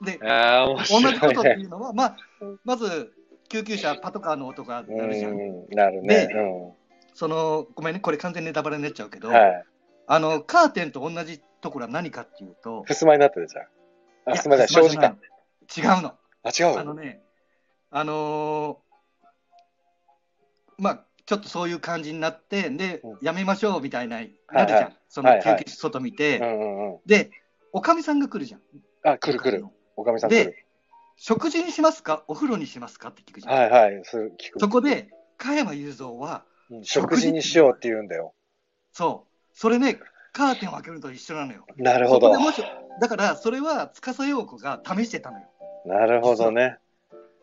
B: で
A: ああ、面
B: 同
A: 白い、ね。
B: じことっていうのは、まあ、まず救急車、パトカーの音が鳴るじゃん。
A: うん、なるね。
B: で
A: う
B: そのごめんね、これ完全にネタバレになっちゃうけど、
A: ん。はい。
B: あのカーテンと同じところは何かっていうと、
A: 襖になってるじゃん。あ、すみません、
B: い
A: 正
B: や
A: 直感。。
B: じゃない違うの。
A: あ、違う
B: あ
A: の
B: のね、あのーまあ、ちょっとそういう感じになって、で
A: う、
B: やめましょうみたいな、なるじゃ
A: は
B: ん、
A: いはい
B: その
A: はい
B: 救
A: はい
B: 急車外見て、
A: うんうんうん。
B: で、おかみさんが来るじゃん。
A: あ、来る来る。。おかみさん来る。
B: 食事にしますか、お風呂にしますかって聞くじゃん。
A: はいはい。それ聞く。
B: そこで、加山雄三は、
A: うん食事にしようって言うんだよ。
B: そう。それね、カーテンを開けるのと一緒なのよ。
A: なるほど
B: そこ。でもしだから、それは司陽子が試してたのよ。
A: なるほどね。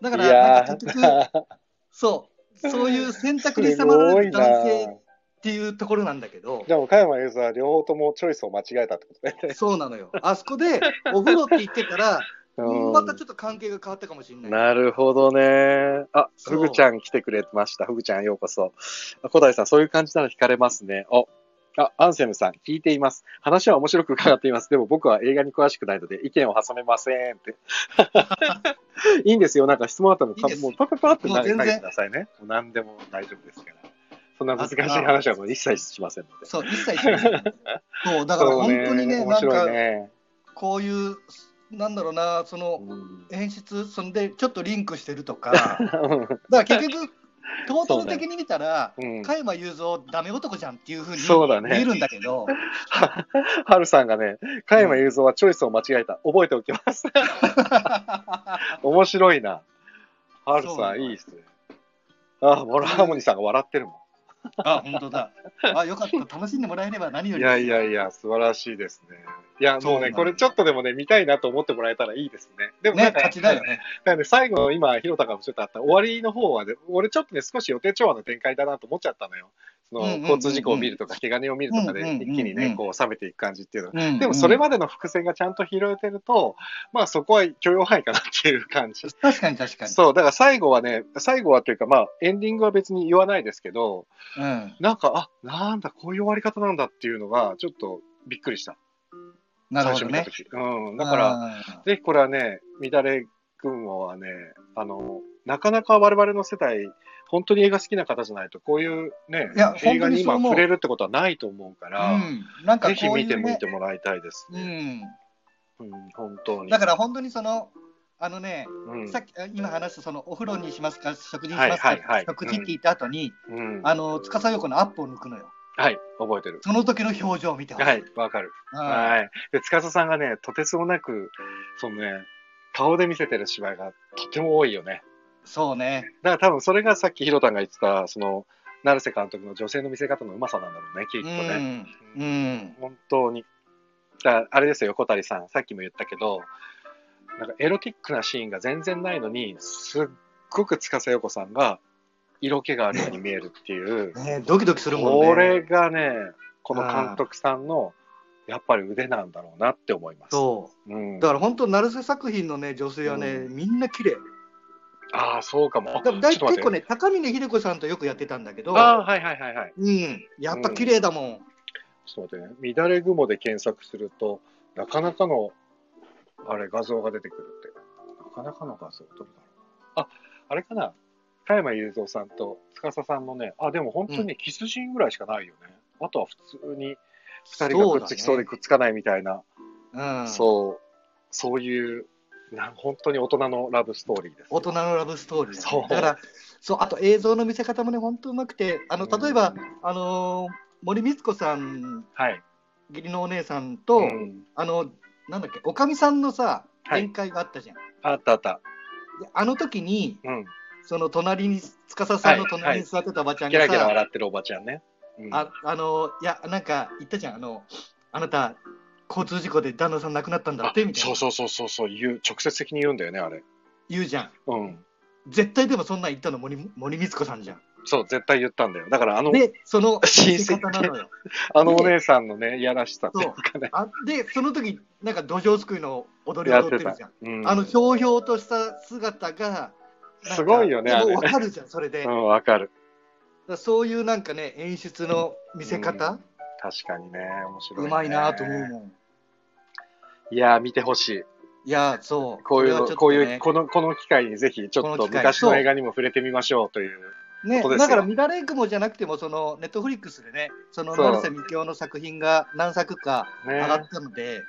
B: だ
A: い
B: から、なん
A: や
B: か結局、
A: ー、
B: そう、そういう選択に
A: す
B: 迫ら
A: ご
B: れ
A: い
B: る
A: な
B: 男性っていうところなんだ けど、
A: でも、加山雄三は両方ともチョイスを間違えたってことね。
B: そうなのよ。あそこで、お風呂って言ってから、
A: うん
B: またちょっと関係が変わったかもしれない。
A: なるほどね。あ、
B: そ
A: ふ
B: う
A: ぐちゃん来てくれました。ふぐちゃんようこそ。あ小谷さん、そういう感じなら惹かれますね。お、あ、アンセムさん、聞いています。話は面白く伺っています。でも僕は映画に詳しくないので意見を挟めませんって。 いいんですよ。なんか質問あったのか
B: いいです
A: もうパパパって
B: もう
A: 投げ
B: 全
A: 投
B: 然
A: げてくださいね。もう何でも大丈夫ですから。そんな難しい話はもう一切しませんので。
B: そう、一切しない。そう、だから本当にね、
A: そう面
B: なん
A: 白
B: か
A: い、ね。
B: こういう、なんだろうな、その、
A: うん
B: 演出、そんで、ちょっとリンクしてる とか。だから結局、トータル的に見たら、
A: うん
B: 加山雄三、ダメ男じゃんっていうふうに
A: そうだね
B: 見えるんだ けど、
A: ははるさんがね、加山雄三はチョイスを間違えた。覚えておきます。面白いな。はる
B: そうな
A: さ
B: の
A: ん、いいっすね。あ、モラハーモニーさんが笑ってるも
B: あ本当だ、あよかった、楽しんでもらえれば何よ
A: ん。い
B: り
A: や
B: です
A: いやいや、素晴らしいですね。いや、
B: そ
A: も
B: うな
A: うん
B: だ
A: ね、これちょっとでもね、見たいなと思ってもらえたらいいですね。でも
B: ね
A: なん、か、
B: 勝ちだよね。
A: なんで最後の今、ひろたかもちょっとあった、終わりの方はね、俺ちょっとね、少し予定調和の展開だなと思っちゃったのよ。その、
B: うんうんうんうん
A: 交通事故を見るとか、怪我人を見るとかで、
B: うんうんうんうん
A: 一気にね、こう、冷めていく感じっていうのが
B: うん
A: でもそれ
B: は
A: までの伏線がちゃんと拾えてると、まあそこは許容範囲かなっていう感じ。
B: 確かに確かに。
A: そう、だから最後はね、最後はというかまあエンディングは別に言わないですけど、
B: うん、
A: なんか、あ、なんだ、こういう終わり方なんだっていうのがちょっとびっくりした。
B: なるほど
A: 最。初見た
B: ね
A: 時。うん。だから、
B: ら、
A: ぜひこれはね、乱れ君はね、あの、なかなか我々の世代、本当に映画好きな方じゃないと、こういうね
B: いや、
A: 映画
B: 本当
A: に
B: にそ
A: 今
B: う思う
A: 触れるってことはないと思うから、
B: うん、なんか
A: ぜひ
B: こうい
A: 見て
B: う、
A: み
B: ね
A: てもらいたいです
B: う
A: ね。
B: ん、
A: うん、本当に
B: だ。から本当にその、あのね、
A: うん
B: さっきあ今話したそのお風呂にしますか食事にし
A: はい
B: ますか、
A: はいはい
B: 食事って言った後に、
A: うん
B: あの司陽子のアップを抜くのよ
A: はい、覚えてる。
B: その時の表情を見てほしい、
A: はい、わかる。
B: うん
A: はい。で、司さんがね、とてつもなく、そのね、顔で見せてる芝居がとても多いよね。
B: そうね
A: だから多分それがさっきヒロタンが言ってた、その、成瀬監督の女性の見せ方のうまさなんだろうね、き
B: う
A: っとね。
B: んうん
A: 本当に。だからあれですよ、横谷さん。さっきも言ったけど、なんかエロティックなシーンが全然ないのに、すっごく司横さんが色気があるように見えるっていう。
B: ねドキドキするもんね
A: これがね、この監督さんの、やっぱり腕なんだろうなって思います。
B: そう
A: うん
B: だから本当成瀬作品のね女性はね、
A: う
B: みんな綺麗
A: ああ、そうかも。
B: だだ
A: ちょっと待っ
B: 結
A: て
B: 構ね高峰秀子さんとよくやってたんだけど
A: ああ、はいはいはいはい。
B: うんやっぱ綺麗だもん、
A: ちょっと待ってね。乱れ雲で検索すると、なかなかの、あれ、画像が出てくるって。なかなかの画像、どれだろう。あ、あれかな。加山雄三さんと司さんのね、あ、でも本当にキスシーンぐらいしかないよね。あとは普通に2人がくっつきそうでくっつかないみたいな、
B: そうだね、うん、
A: そう、そういう、な本当に大人のラブストーリーです。
B: 大人のラブストーリーだ,、ね、
A: そう
B: だからそうあと映像の見せ方もね本当うまくてあの例えば、
A: うん
B: あのー森光子さん
A: はい。
B: 義理のお姉さんと、
A: うん
B: あのなんだっけおかみさんのさ
A: はい
B: 宴会があったじゃん、
A: あったあった。
B: であの時に
A: うん。
B: その隣に司さんの隣に座ってたおばちゃん
A: ゲ
B: が
A: ラゲ
B: さ、
A: ラ笑ってるおばちゃんね。うん
B: ああのいやなんか言ったじゃんあのあなた交通事故で旦那さん亡くなったんだってみたい
A: そう
B: な
A: そうそうそうそう言う直接的に言うんだよねあれ
B: 言うじゃん
A: うん
B: 絶対でもそんなん言ったの森森光子さんじゃん
A: そう絶対言ったんだよだからあの
B: でその
A: 親
B: 言い
A: 戚
B: 方なのよ
A: あのお姉さんのねいやらしさってい
B: そう
A: うかね
B: あでその時なんか土壌すくいの踊り
A: や
B: を
A: っ
B: 踊って
A: て
B: る
A: た
B: じゃん、
A: うん
B: あのひょうひょうとした姿がなんか
A: すごいよねあ
B: で
A: れ
B: もわかるじゃんそれで、
A: う
B: だか
A: んわかる
B: らそういうなんかね演出の見せ方、
A: 確かにね面白
B: う
A: いね
B: まいなと思うもん
A: いやー見てほしい
B: いやそう
A: こういう
B: れは
A: の
B: ちょっ
A: ことう
B: ね
A: いうこのこの機会にぜひちょっ
B: この
A: と
B: 機会
A: 昔の映画にも触れてみましょうという
B: ね、
A: ことですよ
B: だから乱れ雲じゃなくてもそのネットフリックスでねその
A: そう
B: 成瀬みきおの作品が何作か上
A: ね
B: がったので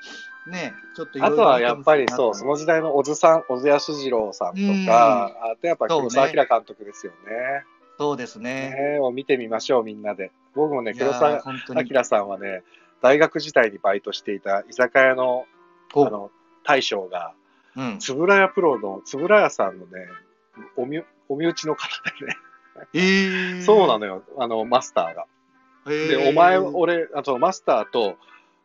B: ねちょっといろ
A: あ
B: いろ
A: とはやっぱりそう
B: 見て
A: そ
B: ほしいな
A: の時代
B: と
A: の小津さん小津安二郎さんとかあとやっぱ黒澤
B: そう
A: 明
B: ね
A: 監督ですよ
B: そうです
A: ね
B: ね
A: ねを見てみましょうみんなで僕もね
B: いや
A: 黒澤
B: 本当
A: ア
B: に
A: キラさんはね、大学時代にバイトしていた居酒屋のあ
B: こう
A: の大将が、
B: うん、
A: 円谷プロの円谷さんのね、おみお身内の方でね、
B: えー、
A: そうな
B: の、
A: のよ、あのマスターが。
B: えー、
A: で、お前、俺、あとマスターと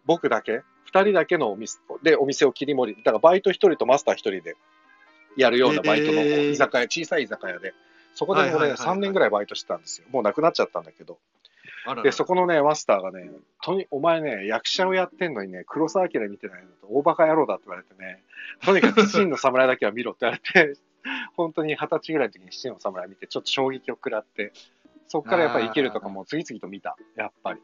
A: 僕だけ、2人だけのお店でお店を切り盛り、だからバイト1人とマスター1人でやるようなバイトの
B: えー
A: 居酒屋、小さい居酒屋で、そこで
B: はいはいはい
A: 俺、
B: はい
A: 3年ぐらいバイトしてたんですよ。もうなくなっちゃったんだけど。
B: あらら
A: で、そこのね、マスターがね、とにお前ね、役者をやってんのにね、黒澤明見てないのと大バカ野郎だって言われてね、とにかく真の侍だけは見ろって言われて、 本当に二十歳ぐらいの時に真の侍見て、ちょっと衝撃を食らって、そこからやっぱり生きるとかも次々と見た、やっぱ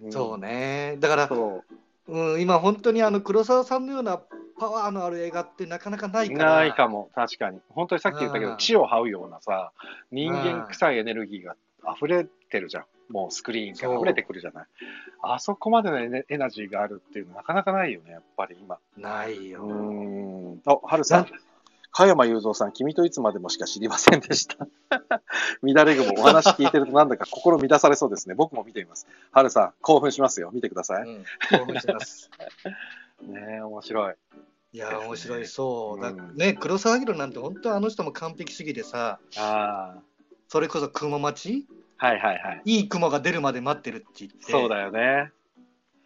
A: り。ん
B: そうねだから、
A: そ
B: うん、今本当にあの黒沢さんのようなパワーのある映画ってなかなかな
A: う
B: いから
A: ないかも、確かに。本当にさっき言ったけ
B: う
A: ど、
B: ん
A: 地を這うようなさ、人間臭いエネルギーが溢れてるじゃん。もうスクリーンから溢れてくるじゃない。あそこまでのエネエナジーがあるっていうのはなかなかないよね、やっぱり今。
B: ないよ、
A: うーん。あ、はるさん
B: な。
A: 加山雄三さん、君といつまでもしか知りませんでした。 乱れ雲、お話聞いてるとなんだか心乱されそうですね。僕も見てみます。はるさん、興奮しますよ。見てください。
B: うん、興奮してます
A: ねえ、面白い。
B: いやー、面白い、
A: です
B: そう。だ
A: うん
B: ね、黒沢明なんて、本当あの人も完璧主義でさ、
A: あ
B: それこそ雲待ち
A: あ、はいはいはい。
B: いい雲が出るまで待ってるって言って。
A: そうだよね。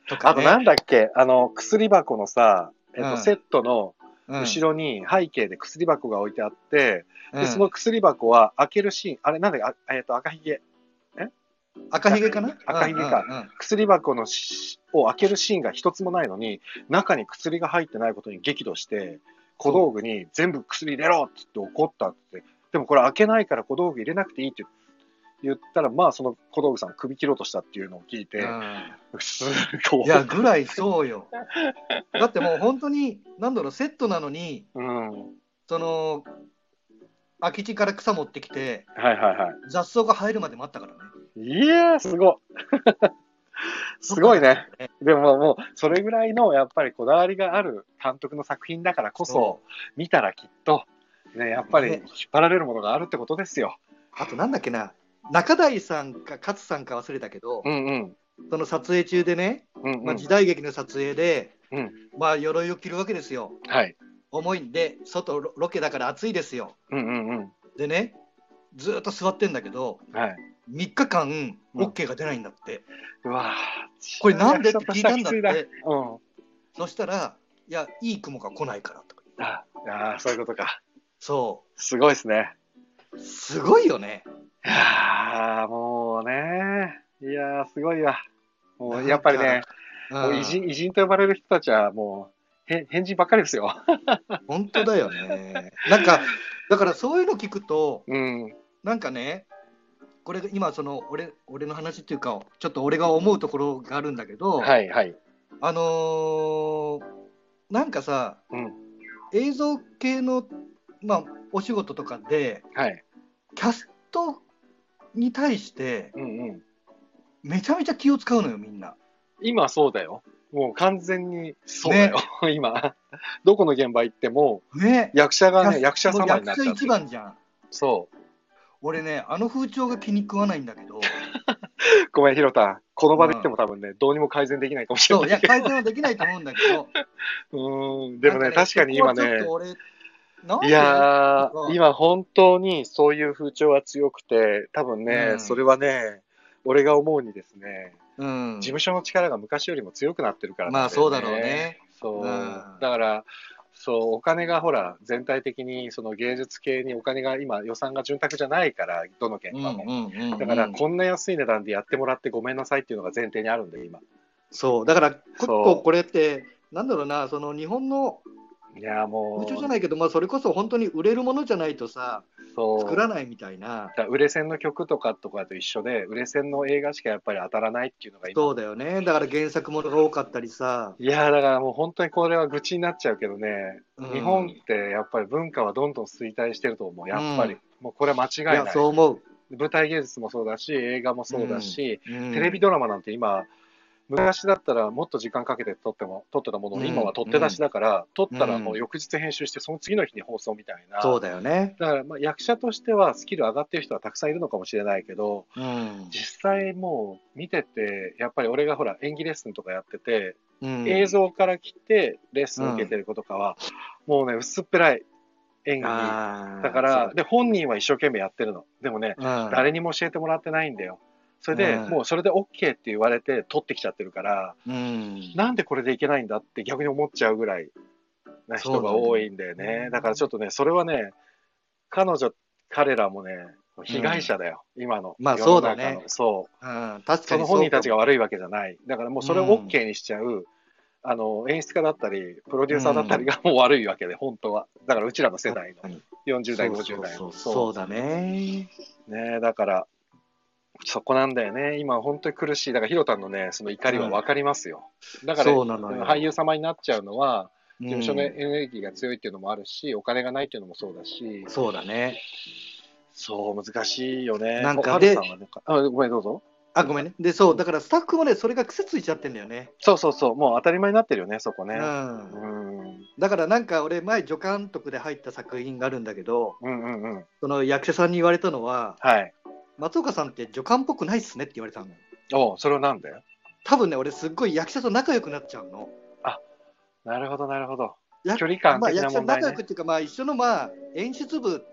B: とか、
A: あ
B: ね。
A: となんだっけ、あの、薬箱のさ、えっ
B: うん
A: と、セットの
B: うん
A: 後ろに背景で薬箱が置いてあって、
B: うん
A: で、その薬箱は開けるシーン、あれなんだっけ、あえっと、赤ひげ。
B: 赤ひげかな
A: 赤ひげか。
B: うんうんうん
A: 薬箱のしを開けるシーンが一つもないのに中に薬が入ってないことに激怒して小道具に全部薬入れろっつって怒ったってでもこれ開けないから小道具入れなくていいって言ったらまあその小道具さん首切ろうとしたっていうのを聞いて、すご
B: うん
A: い
B: いや、ぐらいそ うよ。だってもう本当に、なんだろう、セットなのに、
A: うんはい
B: その、空き地から草持ってきて、
A: はいは
B: 雑草が生えるまで待ったからね。
A: いいやーすごい すごいね。でももう、それぐらいのやっぱりこだわりがある監督の作品だからこそ、見たらきっと、ね、やっぱり引っ張られるものがあるってことですよ。
B: あとなんだっけな、中台さんか勝さんか忘れたけど、
A: うんうん。
B: その撮影中でね、
A: うんうん
B: まあ、時代劇の撮影で、
A: うん
B: まあ鎧を着るわけですよ。
A: はい。
B: 重いんで、外ロロケだから暑いですよ。
A: うんうんうん。
B: でね、ずーっと座ってんだけど、
A: はい。
B: 3日間
A: うん
B: OK が出ないんだって。
A: うわぁ
B: これなんでって聞いたんだ
A: ちょとし
B: っ
A: たらきつ
B: て。
A: いなうん。
B: そしたら、いや、いい雲が来ないからとか。
A: ああー、そういうことか。
B: そ
A: すごいですね。
B: う、すごいよね。
A: いやーもうね。いやーすごいわ。もうやっぱりね、もう偉人偉人と呼ばれる人たちはもう、へ変人ばっかりですよ。
B: 本当だよね。なんか、だからそういうの聞くと、
A: うん。
B: なんかね、これ今その俺、俺の話っていうか、ちょっと俺が思うところがあるんだけど、
A: はいはい。
B: あのーなんかさ、
A: うん。
B: 映像系の、まあ、お仕事とかで、
A: はい。
B: キャストに対して、
A: うんうん。
B: めちゃめちゃ気を使うのよ、みんな。
A: 今そうだよ。もう完全にそうだよ。 今。どこの現場行っても、
B: ね、
A: 役者がね、
B: キャ
A: 役者
B: もう
A: 様になっちゃう
B: 役者。一番じゃん。
A: そ
B: 俺ね、あの風潮が気に食わないんだけ ど、
A: う。ごめん、ひろたん。この場で言っても多分ね、どうにも改善できないかもしれ
B: そう、
A: ないい。
B: や、改善はできないと思うんだけど、
A: うー ん。でも
B: な
A: ね、
B: ん
A: 確かに今
B: そこはち
A: ね
B: ょっと、俺なんで
A: いや
B: う
A: ー、
B: ん
A: 今本当にそういう風潮は強くて、多分ね、
B: うん
A: それはね、俺が思うにですね、
B: うん
A: 事務所の力が昔よりも強くなってるから
B: ま
A: なん
B: あ
A: よ
B: そうだろうね。
A: そう、
B: うん
A: だからそうお金がほら全体的にその芸術系にお金が今予算が潤沢じゃないからどの現場も、だからこんな安い値段でやってもらってごめんなさいっていうのが前提にあるんで今
B: そうだから結構
A: そう
B: これってなんだろうなその日本の
A: いやも
B: 風
A: う
B: 潮じゃないけど、まあ、それこそ本当に売れるものじゃないとさ
A: そう
B: 作らないみたいな
A: だ売れ線の曲とかとかと一緒で売れ線の映画しかやっぱり当たらないっていうのが今
B: そうだよねだから原作ものが多かったりさ、
A: いやだからもう本当にこれは愚痴になっちゃうけどね、
B: うん
A: 日本ってやっぱり文化はどんどん衰退してると思うやっぱり、
B: うん
A: もうこれは間違い
B: い
A: ない
B: やそう思う、
A: 舞台芸術もそうだし映画もそうだし、
B: うん
A: テレビドラマなんて今昔だったらもっと時間かけて撮っても撮ってたものを
B: うん
A: 今は撮って出しだから、撮ったらもううん翌日編集してその次の日に放送みたいな、
B: そう
A: だ
B: だよね、
A: からまあ役者としてはスキル上がってる人はたくさんいるのかもしれないけど
B: うん
A: 実際もう見ててやっぱり俺がほら演技レッスンとかやってて、
B: うん
A: 映像から来てレッスン受けてる子とかは、もうね薄っぺらい演技
B: あー
A: だからで本人は一生懸命やってるのでもね
B: そうだうん
A: 誰にも教えてもらってないんだよ。それで、
B: うん
A: もうそれで OK って言われて取ってきちゃってるから、
B: うん
A: なんでこれでいけないんだって逆に思っちゃうぐらいな人が多いんだよ
B: そうなんだよ
A: ね。
B: ね
A: だからちょっとね、それはね、彼女、彼らもね、被害者だよ、今の。
B: まあ
A: 世の中の
B: そうだね
A: そう。
B: うん、確か
A: そ
B: に
A: の
B: そう
A: 本人たちが悪いわけじゃない。だからもうそれを OK にしちゃう、あの、演出家だったり、プロデューサーだったりがもう悪いわけで、本当は。だからうちらの世代の、40代、50代の。
B: そうそうそうそうだね
A: ねえだからそこなんだよね今本当に苦しいだからひろたんのねその怒りは分かりますよ、だから
B: そうなのよ
A: 俳優様になっちゃうのは
B: 事
A: 事務所のエネルギーが強いっていうのもあるし、お金がないっていうのもそうだし
B: そうだね。
A: そう難しいよね
B: なんか
A: お春
B: で
A: さんはなんかあごめんどうぞ
B: あ、ごめんね。で、そう、だからスタッフもね、それが癖ついちゃってんだよね。
A: そうそうそうもう当たり前になってるよねそこ
B: う。
A: ねうんん
B: だからなんか俺、前、助監督で入った作品があるんだけど、
A: うんうんうん
B: その役者さんに言われたのは、
A: はい
B: 松岡さんって助監っぽくないっすねって言われたの。
A: おうそれはなんで
B: 多分ね、俺、すっごい役者と仲良くなっちゃうの。
A: なるほどなるほど
B: や
A: 距離感
B: まあ、
A: 的
B: 役
A: な
B: 者
A: 問
B: と
A: 題
B: 仲
A: ね
B: 良くっていうか、まあ、一緒の、まあ、演出部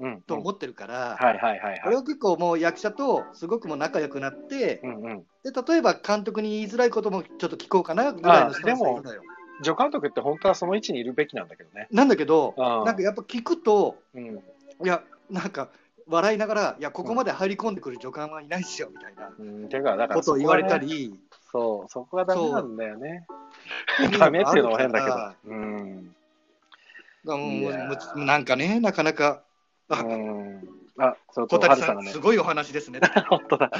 A: うんう
B: と
A: ん
B: 思ってるから、
A: はいはいはい
B: 俺
A: はい
B: は結構もう役者とすごくもう仲良くなって
A: う、んうん
B: で例えば監督に言いづらいこともちょっと聞こうかなぐらいのスタン
A: あ
B: スで
A: で
B: い
A: も
B: るのよ。
A: 助監督って本当はその位置にいるべきなんだけどね
B: なんだけど、
A: あー
B: なんかやっぱ聞くと、
A: うん
B: いや、なんか笑いながら、いや、ここまで入り込んでくる助監はいないっすよみたいな
A: うん、てか、だから、
B: ことを言われた。り、
A: そう、そこがダメなんだよね。
B: そう
A: ダメっていうのも変だけ
B: あるか
A: ど。うん。
B: もう
A: いやー
B: もうなんかね、なかなか、あ
A: うんあ、そうそ
B: 小
A: う、ハル
B: 谷さ
A: さん
B: ん、
A: がね
B: す、ごいお話ですね。
A: 本当だ。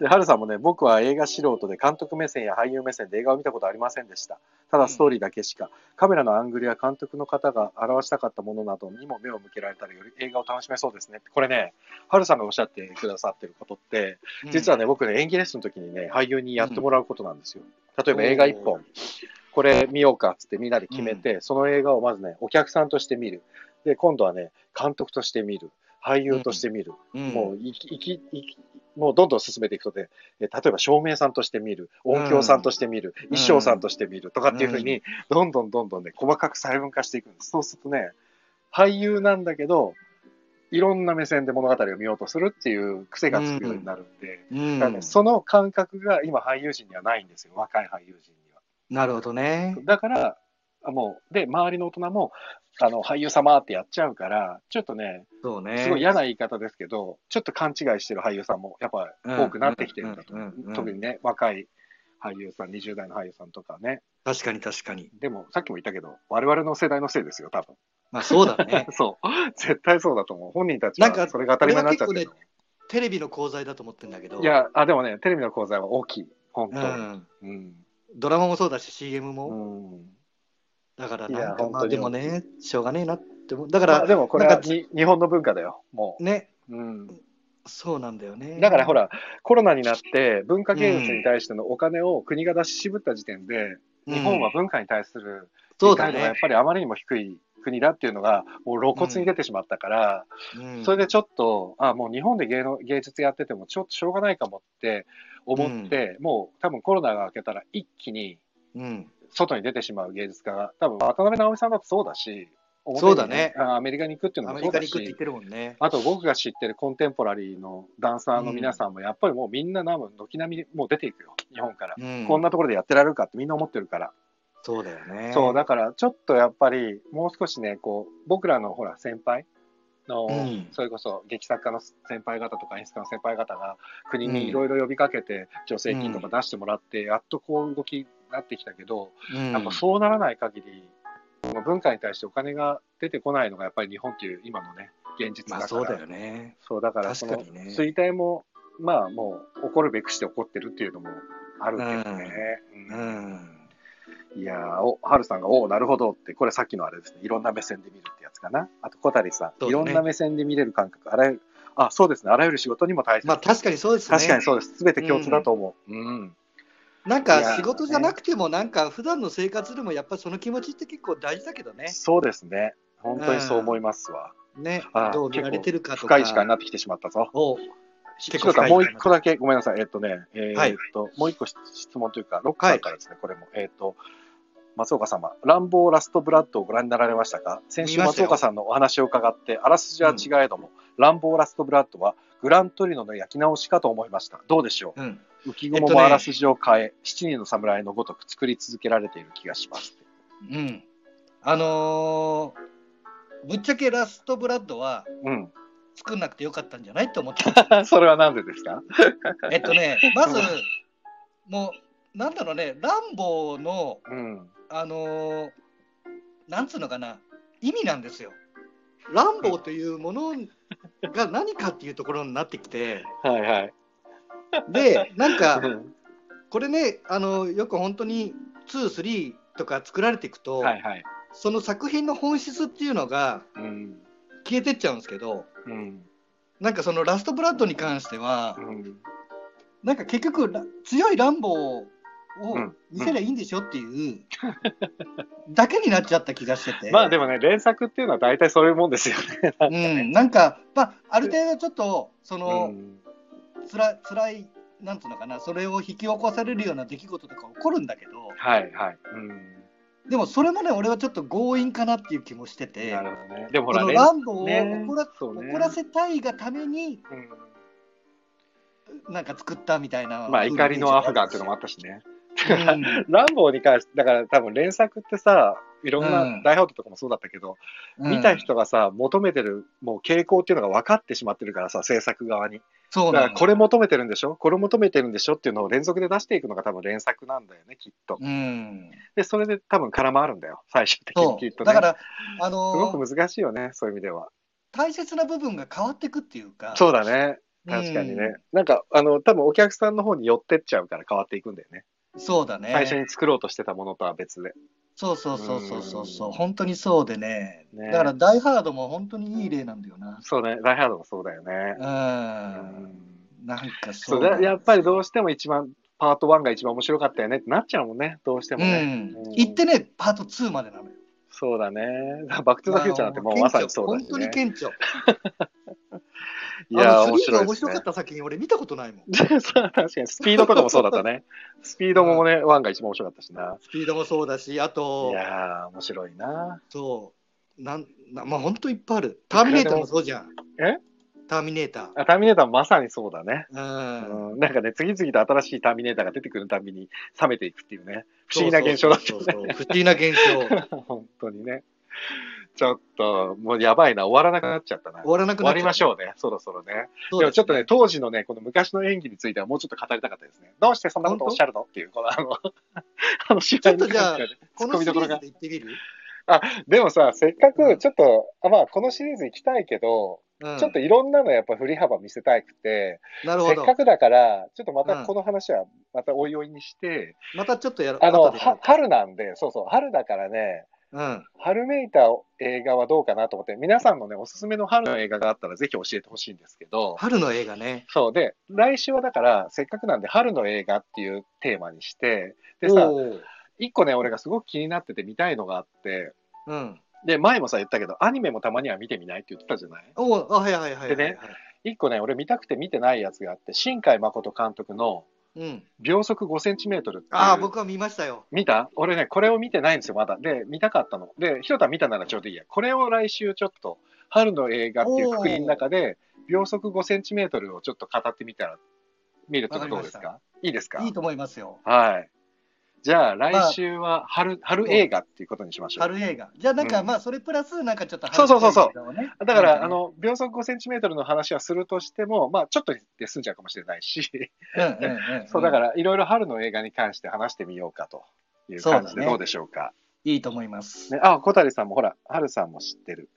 A: で、ハルさんもね、僕は映画素人で監督目線や俳優目線で映画を見たことありませんでした。ただストーリーだけしか、カメラのアングルや監督の方が表したかったものなどにも目を向けられたらより映画を楽しめそうですね。これね、ハルさんがおっしゃってくださってることって、 実は
B: ね、
A: ね、僕ね、演技レッスンの時にね、俳優にやってもらうことなんですよ。例えば映画1本、これ見ようかっつってみんなで決めて、その映画をまずね、お客さんとして見る。で、今度はね、監督として見る。俳優として見る。
B: うん
A: もういきいきいきもうどんどん進めていくとで、え例えば照明さんとして見る、音響さんとして見る、
B: うん
A: 衣装さんとして見るとかっていうふうに、どんどんどんどんね、細かく細分化していくんです。そうするとね、俳優なんだけど、いろんな目線で物語を見ようとするっていう癖がつくようになるんで、
B: うん
A: だからねその感覚が今俳優陣にはないんですよ、若い俳優陣には。
B: なるほどね。
A: だから、あもう、で、周りの大人も、あの、俳優様ってやっちゃうから、ちょっとね、
B: そうね。
A: すごい嫌な言い方ですけど、ちょっと勘違いしてる俳優さんもやっぱ多くなってきてるんだと
B: うんうんうんうんうん
A: 特にね、若い俳優さん、20代の俳優さんとかね。
B: 確かに確かに。
A: でも、さっきも言ったけど、我々の世代のせいですよ、多分。。
B: まあそうだね
A: そう。絶対そうだと思う。本人たち
B: なんか
A: はそれが当たり前になっちゃってると思
B: テレビの講座だと思ってんだけど。
A: う。い、や、あ、でもね、テレビの講座は大きい。本
B: う
A: 当。
B: ん。
A: うん。
B: ドラマもそうだし、CM
A: う
B: も。
A: ん。
B: だから
A: いや
B: なんか、ま
A: 本当
B: あ
A: に
B: でもね、しょうがねえなって思う。だか
A: まあ
B: ら、
A: でもこれは
B: なんか
A: に日本の文化だよ、も
B: ね、
A: う。うん。
B: そうなんだよね。
A: だからほ、ら、コロナになって文化芸術に対してのお金を国が出し渋った時点で、日本は
B: うん
A: 文化に対する
B: そ
A: 理
B: うだ
A: 解度がや
B: ね
A: っ。ぱりあまりにも低い国だっていうのがもう露骨に出てしまったから、
B: うん
A: それでちょっとあもう日本で芸能芸術やっててもちょっとしょうがないかもって思って、もう多分コロナが明けたら一気に
B: うん。
A: 外に出てしまう芸術家が多分渡辺直美さんだってそうだし表に
B: そうだね
A: あアメリカに行くっていうの
B: ア
A: も
B: メ
A: そ
B: リ
A: うだ
B: カに行くって言
A: し
B: ってるもんね。
A: あと僕が知ってるコンテンポラリーのダンサーの皆さんもやっぱりもうみんな多分軒並みもう出ていくよ日本から、
B: うん
A: こんなところでやってられるかってみんな思ってるから。
B: そうだよね。
A: そう、だからちょっとやっぱり、もう少しね、こう、僕らのほら、先輩の、
B: うん
A: それこそ劇作家の先輩方とか演出家の先輩方が、国にいろいろ呼びかけて、助成金とか出してもらって、やっとこう動きになってきたけど、
B: うん
A: やっぱそうならない限り、この文化に対してお金が出てこないのが、やっぱり日本っていう今のね、現実だから。
B: まあそうだよね。
A: そうだからその
B: 確かにね
A: 衰退も、まあもう、起こるべくして起こってるっていうのもあるけどね。
B: う
A: うん
B: ん。
A: いやー、お、はるさんが、おなるほどって、これさっきのあれですね。いろんな目線で見るってやつかな。あと、小谷さん、
B: そう
A: い
B: だね
A: ろんな目線で見れる感覚、あらゆる、あ、そうですね。あらゆる仕事にも大切。
B: まあ確かにそうですね。
A: 確かにそうです。すべて共通だと思う。うん。
B: なん
A: いや
B: か仕事じゃなくても、なんか普段の生活でもやっぱその気持ちって結構大事だけどね。
A: そうですね。本当にそう思いますわ。
B: ね
A: あ、
B: どう見られてるかと
A: 深
B: か。
A: い時間になってきてしまったぞ。
B: お
A: ひろさん、もう一個
B: だ。
A: だけ、ごめんなさい。えっとね、え
B: はい
A: ーっと、もう一個質問というか、ロックさんからですね、これも。えーっと、松岡様、乱暴ラストブラッドをご覧になられましたか先週
B: 見ました
A: 松
B: よ
A: 岡さんのお話を伺って、あらすじは違えども、乱暴ラストブラッドはグラントリノの焼き直しかと思いました。どうでしょ
B: うん。
A: う浮
B: えっ
A: 雲
B: とね
A: もあらすじを変え、七人の侍のごとく作り続けられている気がします。
B: うん。あのーぶっちゃけラストブラッドは
A: うん。
B: 作んなくてよかったんじゃないと思って。
A: それはなんでですか
B: えっとね、まず
A: うん、
B: もう、なんだろうね、ランボーの、
A: うん。
B: あのーなんつうのかな、意味なんですよ。ランボーというものが何かっていうところになって きて、
A: はいはい。
B: で、なんか
A: う、ん
B: これね、あのよく本当に2、3とか作られていくと、
A: はいはい。
B: その作品の本質っていうのが
A: うん。
B: 消えてっちゃうんですけど、
A: うん。
B: なんかそのラストブラッドに関しては
A: う、ん。
B: なんか結局、ら強い乱暴を
A: うん
B: 見せりゃいいんでしょっていう、だけになっちゃった気がして て、
A: まあでもね、連作っていうのは大体そういうもんですよね。
B: うん、なんか、まあ、ある程度ちょっと、その、
A: ん、
B: つらつらい、なんつうのかな、それを引き起こされるような出来事とか起こるんだけど、
A: はいはい、うん、
B: でもそれもね、俺はちょっと強引かなっていう気もしてて、
A: なるほどね。でもほ
B: こ
A: ら
B: の
A: ね、
B: ランボを
A: ね
B: 怒ら,、
A: そうね
B: 怒らせたいがために、なんか作ったみたいな。
A: うんまあ怒りのアフガンっていうのもあったしね。
B: うん
A: ランボーに関して、だから多分連作ってさ、いろん
B: う
A: なん大ホールとかもそうだったけど、
B: う ん
A: 見た人がさ、求めてるもう傾向っていうのが分かってしまってるからさ、制作側に。
B: そ
A: だ
B: う
A: か
B: な
A: ら
B: の
A: これ求めてるんでしょこれ求めてるんでしょっていうのを連続で出していくのが多分連作なんだよね、きっと。
B: うん。
A: で、それで多分空回るんだよ、最終的に
B: そ
A: きっと
B: う。
A: ね。
B: だから、あ
A: す
B: の
A: ごく難しいよね、そういう意味では。
B: 大切な部分が変わってくっていうか。
A: そうだね。確かにね。なんか、あの、多分お客さんの方に寄ってっちゃうから変わっていくんだよね。
B: うん。そうだね。
A: 最初に作ろうとしてたものとは別で。
B: そうそうそうそうそうそう。本当にそうでね。
A: ね
B: だから、ダイハードも本当にいい例なんだよな。
A: そうね。ダイハードもそうだよね。
B: う。
A: うんん
B: なん
A: そ
B: かそううだ
A: だやっぱりどうしても一番、パート1が一番面白かったよねってなっちゃうもんね。どうしても
B: う
A: ね。
B: ん
A: うん。
B: 行ってね、パート2までなのよ。
A: そうだね。バックトゥザフューチャーなんてもうまさにそうだ
B: 本当
A: よ
B: に
A: ね。
B: 顕著。
A: い
B: あ
A: やー、
B: の
A: 面
B: スリ
A: 白
B: ーが
A: いで
B: 面
A: す
B: 白
A: ね
B: かっ。た作品、俺見たことないもん。
A: そう確かに、スピードとかもそうだったね。スピードもね、ワンが一番面白かったしな。
B: スピードもそうだし、あ
A: い
B: と、
A: やー、面白いな。
B: そう、なん、なまあ、本当いっぱいある。ターミネーターもそうじゃん。
A: え
B: ターミネータ
A: あターミネーターもまさにそうだね。
B: ー。うん。
A: うん、なんかね、次々と新しいターミネーターが出てくるたびに冷めていくっていうね、不思議な現象だ った
B: そ
A: よ
B: う
A: ね
B: そうそうそう不思議な現象。終
A: 本当にね。ちょっと、もうやばいな、終わらなくなっちゃったな。
B: わらなく
A: 終わ
B: なっちゃう
A: りましょうね、そろそろね。
B: そう
A: でも
B: です
A: ちょっとね、当時のね、この昔の演技についてはもうちょっと語りたかったですね。どうしてそんなことおっしゃるのっていう、このあ の、あの芝居に関してはね
B: こ
A: 突っ
B: の
A: 込み
B: シリ
A: どころ
B: ーズで
A: が。
B: 言ってみる、
A: でもさ、せっか
B: うん
A: くちょっと、あまあ、このシリーズ行きたいけど、
B: うん、
A: ちょっといろんなのやっぱ振り幅見せたくて、
B: なる
A: せ
B: ほ
A: っ
B: ど
A: かくだから、ちょっとま
B: うん
A: たこの話はまたおいおいにして、
B: またちょっとやろう
A: あの、
B: 後でやろ
A: は春なんで、そうそう、春だからね、
B: ううん
A: 春めいた映画はどうかなと思って、皆さんのね、おすすめの春の映画があったらぜひ教えてほしいんですけど、
B: 春の映画ね
A: そうで、来週はだから、せっかくなんで、春の映画っていうテーマにして、でさ、
B: おー
A: 一個ね、俺がすごく気になってて見たいのがあって、
B: うん
A: で、前もさ、言ったけど、アニメもたまには見てみないって言ってたじゃない
B: おーあはいはいはいはい、は
A: で
B: い、
A: ね一個ね、俺見たくて見てないやつがあって、新海誠監督の
B: うん
A: 秒速5センチメートルっていう。
B: ああ僕は見ましたよ
A: 見た俺ね、これを見てないんですよ、まだ。で、見たかったの。で、ひとた見たならちょうどいいや。これを来週ちょっと、春の映画っていうくくりの中で、秒速5センチメートルをちょっと語ってみたら、見るとかどうです
B: わ
A: かいいですか
B: いいと思いますよ
A: はい。じゃあ、来週は春、春映画っていうことにしましょう。
B: 春映画じゃあなんか、
A: うん
B: まあそれプラスなんかちょっと
A: そうそうそうそう
B: 春の映画をね
A: だから、
B: うん
A: あの、秒速5センチメートルの話はするとしても、まあ、ちょっとで済んじゃうかもしれないし、
B: うんうんうん、
A: そう、だからら、いろいろ春の映画に関して話してみようかという感じでどうでしょうか。
B: いいと思います、
A: ね、あ、小谷さんもほら、春さんも知ってる。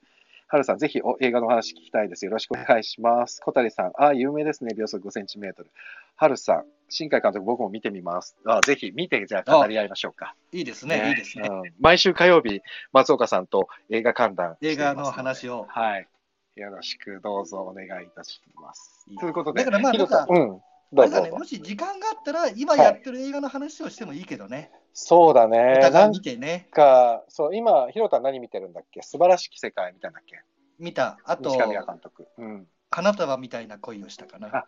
A: 春さん、ぜひお映画の話聞きたいです。よろしくお願いします。小谷さん、あ、有名ですね。秒速5センチメートル。春さん、新海監督、僕も見てみます。あ、ぜひ見て、じゃあ語り合いましょうか。
B: いいですねいいですね、
A: うん毎週火曜日、松岡さんと映画観覧してい
B: 映
A: ます
B: 画の話を
A: はい。よろしくどうぞお願いいたします。ということ
B: だ
A: で、
B: からまあ
A: ヒ
B: な
A: ロ
B: んか
A: さん、うん、
B: あ
A: どう
B: れ
A: ぞど
B: だね
A: うぞ
B: もし時間があったら今やってる映画の話をしてもいいけどね、
A: そうだね
B: お。互
A: ないん
B: 見てね
A: か、そう、今、ひろたん何見てるんだっけ素晴らしき世界見たんだっけ
B: 見たあと
A: 西上監督。うん。
B: 花束みたいな恋をしたかな。
A: あ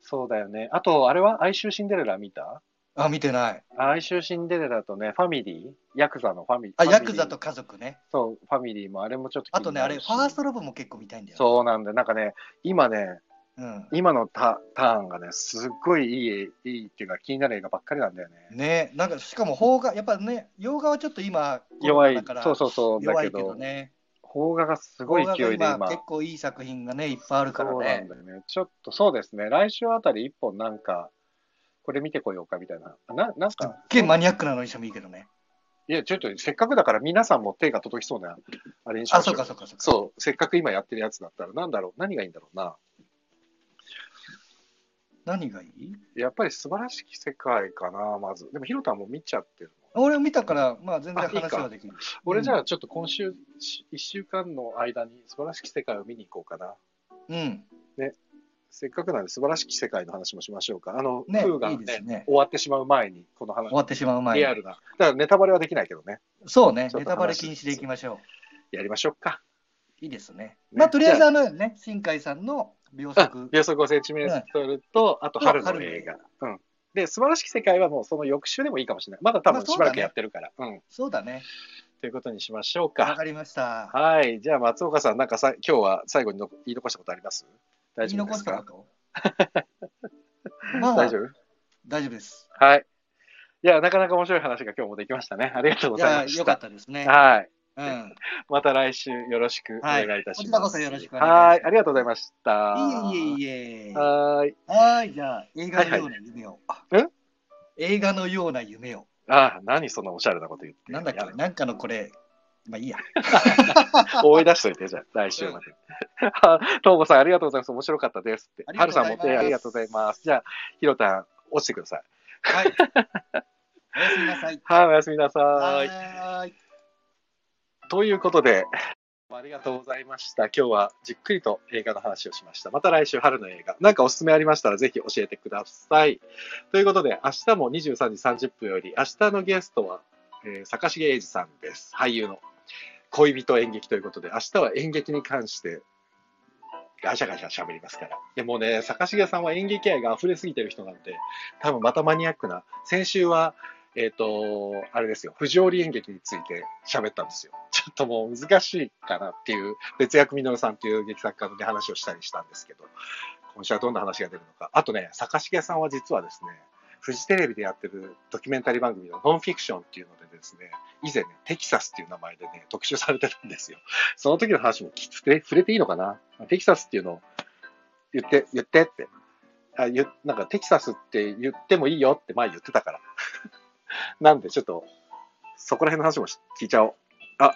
A: そうだよね。あと、あれは哀愁シンデレラ見た
B: あ、見てない。
A: 哀愁シンデレラとね、ファミリー、ヤクザのファミリー。
B: あ、
A: ファ
B: ヤ
A: ミリー
B: クザと。家族ね。
A: そう、ファミリーもあれもちょっと
B: あとね、あれ、ファー
A: ト
B: ストロブも結構見たいんだよ。
A: そうなんだよ。なんかね、今ね、
B: う。ん。
A: 今のタターンがね、すっごいいい、いいっていうか気になる映画ばっかりなんだよね。
B: ね、なんか、しかも邦画、やっぱね、洋画はちょっと今、
A: 弱
B: コロナ
A: い
B: だから、
A: そうそうそう、だ
B: 弱
A: け
B: いけ
A: ど
B: ど、ね。
A: 邦画がすごい勢い
B: 邦
A: で
B: 画が
A: 今。
B: 結構いい作品がね、いっぱいあるから
A: そうなん
B: ね
A: だ。よね。ちょっとそうですね、来週あたり一本なんか、これ見てこようかみたいな。な、なん
B: すっ
A: か、
B: げえマニアックなのにしてもいいけどね。
A: いや、ちょっとせっかくだから皆さんも手が届きそうな、あれにしま
B: あ、
A: しょ
B: そう
A: う。
B: かそうかそうか。
A: そう、せっかく今やってるやつだったら、なんだろう、何がいいんだろうな。
B: 何がいい
A: やっぱり素晴らしき世界かな、まず。でも、ひろたんも見ちゃってるもん。
B: 俺を見たから、まあ全然
A: あいいか
B: 話はできる。
A: 俺じゃあ、ちょっと今週、1週間の間に素晴らしき世界を見に行こうかな。
B: うん。
A: せっかくなんで素晴らしき世界の話もしましょうか。あの、
B: ね
A: 風が
B: い
A: ね
B: いですね
A: 終わってしまう前に、この話
B: 終、わってしまう前
A: リア
B: に。
A: ルな。だからネタバレはできないけどね、
B: そうね、
A: ちょっ
B: ネ
A: と話
B: タバレ禁止でいきましょう。
A: やりましょうか。
B: いいですね。
A: ね
B: まあ、とりあえずあのね、新海さんの秒
A: あ
B: 速。
A: 秒速5センチメートルと、あと春
B: 春
A: の
B: の映
A: 映画。うん。で、素晴らしき世界はもうその翌週でもいいかもしれない。まだ多
B: まあ
A: 分
B: そう
A: し
B: だ
A: ば
B: ね
A: らくやってるから。うん。
B: そうだね。
A: ということにしましょう
B: わ
A: か。
B: かりました。
A: はい。じゃあ、松岡さん、なんかさ今日は最後にの言い残したことあります大
B: 言い
A: 丈夫で
B: 残
A: す
B: したこ
A: か
B: と まあ、
A: 大丈夫
B: 大丈夫です。
A: はい。いや、なかなか面白い話が今日もできましたね。ありがとうご
B: い
A: ざい
B: や、
A: まし
B: よ
A: た。
B: かったですね。
A: はい。
B: うん。
A: また来週よろしくお
B: は
A: 願
B: い
A: いいたします。
B: こちらこそよろしくお願い
A: は
B: します
A: い。ありがとうございました。
B: い
A: え
B: えいえいえ。は
A: はーい。
B: ーい、じゃあ、映画のような夢を。
A: はいはい
B: 映画のような夢を。
A: あ、何そんなおしゃれなこと言って。
B: なんだっけ、なんかのこれ、まあいいや。
A: 追い出しといて、じゃあ、来週まで。 あとうもさん、ありがとうございます。面白かったですって
B: あ。り
A: は
B: が
A: る
B: とう
A: さ
B: ご
A: ん
B: ざ
A: も
B: い
A: 手
B: ます
A: ありがとうございます。じゃあ、ひろたん、落ちてください。
B: はい。おやすみなさい。
A: はい、おやすみなさい。
B: はーい。
A: ということで、ありがとうございました。今日はじっくりと映画の話をしました。また来週春の映画。なんかおすすめありましたらぜひ教えてください。ということで、明日も23時30分より、明日のゲストは、えー坂重英二さんです。俳優の恋人演劇ということで、明日は演劇に関してガシャガシャ喋りますから。でもうね、坂重さんは演劇愛が溢れすぎてる人なんで、多分またマニアックな、先週はえっ、と、あれですよ、藤織演劇について喋ったんですよ。 ちょっともう難しいかなっていう、別役みのるさんっていう劇作家で話をしたりしたんですけど、今週はどんな話が出るのか。あとね、坂重さんは実はですね、フジテレビでやってるドキュメンタリー番組のノンフィクションっていうのでですね、以前ね、テキサスっていう名前でね、特集されてるんですよ。その時の話もきつく触れていいのかなテキサスっていうのを言って、言ってって。あ言なんかテキサスって言ってもいいよって前言ってたから。 なんで、ちょっと、そこら辺の話もし聞いちゃおう。あ、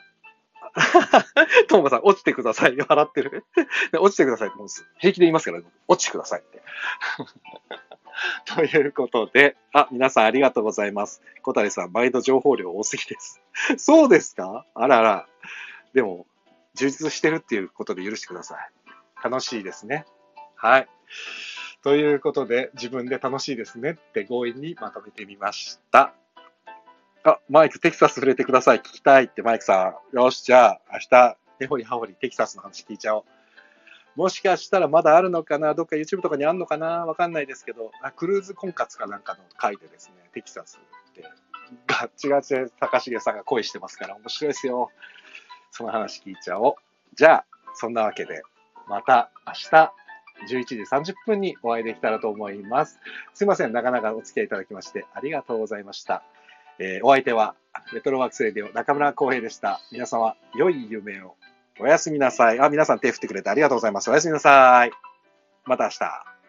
A: トーマさん、落ちてください。笑ってる。で落ちてくださいって、もう平気で言いますから、落ちてくださいって。 ということで、あ、皆さんありがとうございます。小谷さん、毎度情報量多すぎです。 そうですかあらあら。でも、充実してるっていうことで許してください。楽しいですね。はい。ということで、自分で楽しいですねって強引にまとめてみました。あ、マイク、テキサス触れてください。聞きたいってマイクさん。よし、じゃあ、明日、根掘り葉掘り、テキサスの話聞いちゃおう。もしかしたらまだあるのかなどっか YouTube とかにあるのかなわかんないですけど、あクルーズ婚活かなんかの回でですね、テキサスって、ガッチガチで高重さんが恋してますから、面白いですよ。その話聞いちゃおう。じゃあ、そんなわけで、また明日、11時30分にお会いできたらと思います。すいません、なかなかお付き合いいただきましてありがとうございました。えーお相手は、レトロワークスレディオ中村浩平でした。皆様、良い夢を。おやすみなさい。あ、皆さん手振ってくれてありがとうございます。おやすみなさい。また明日。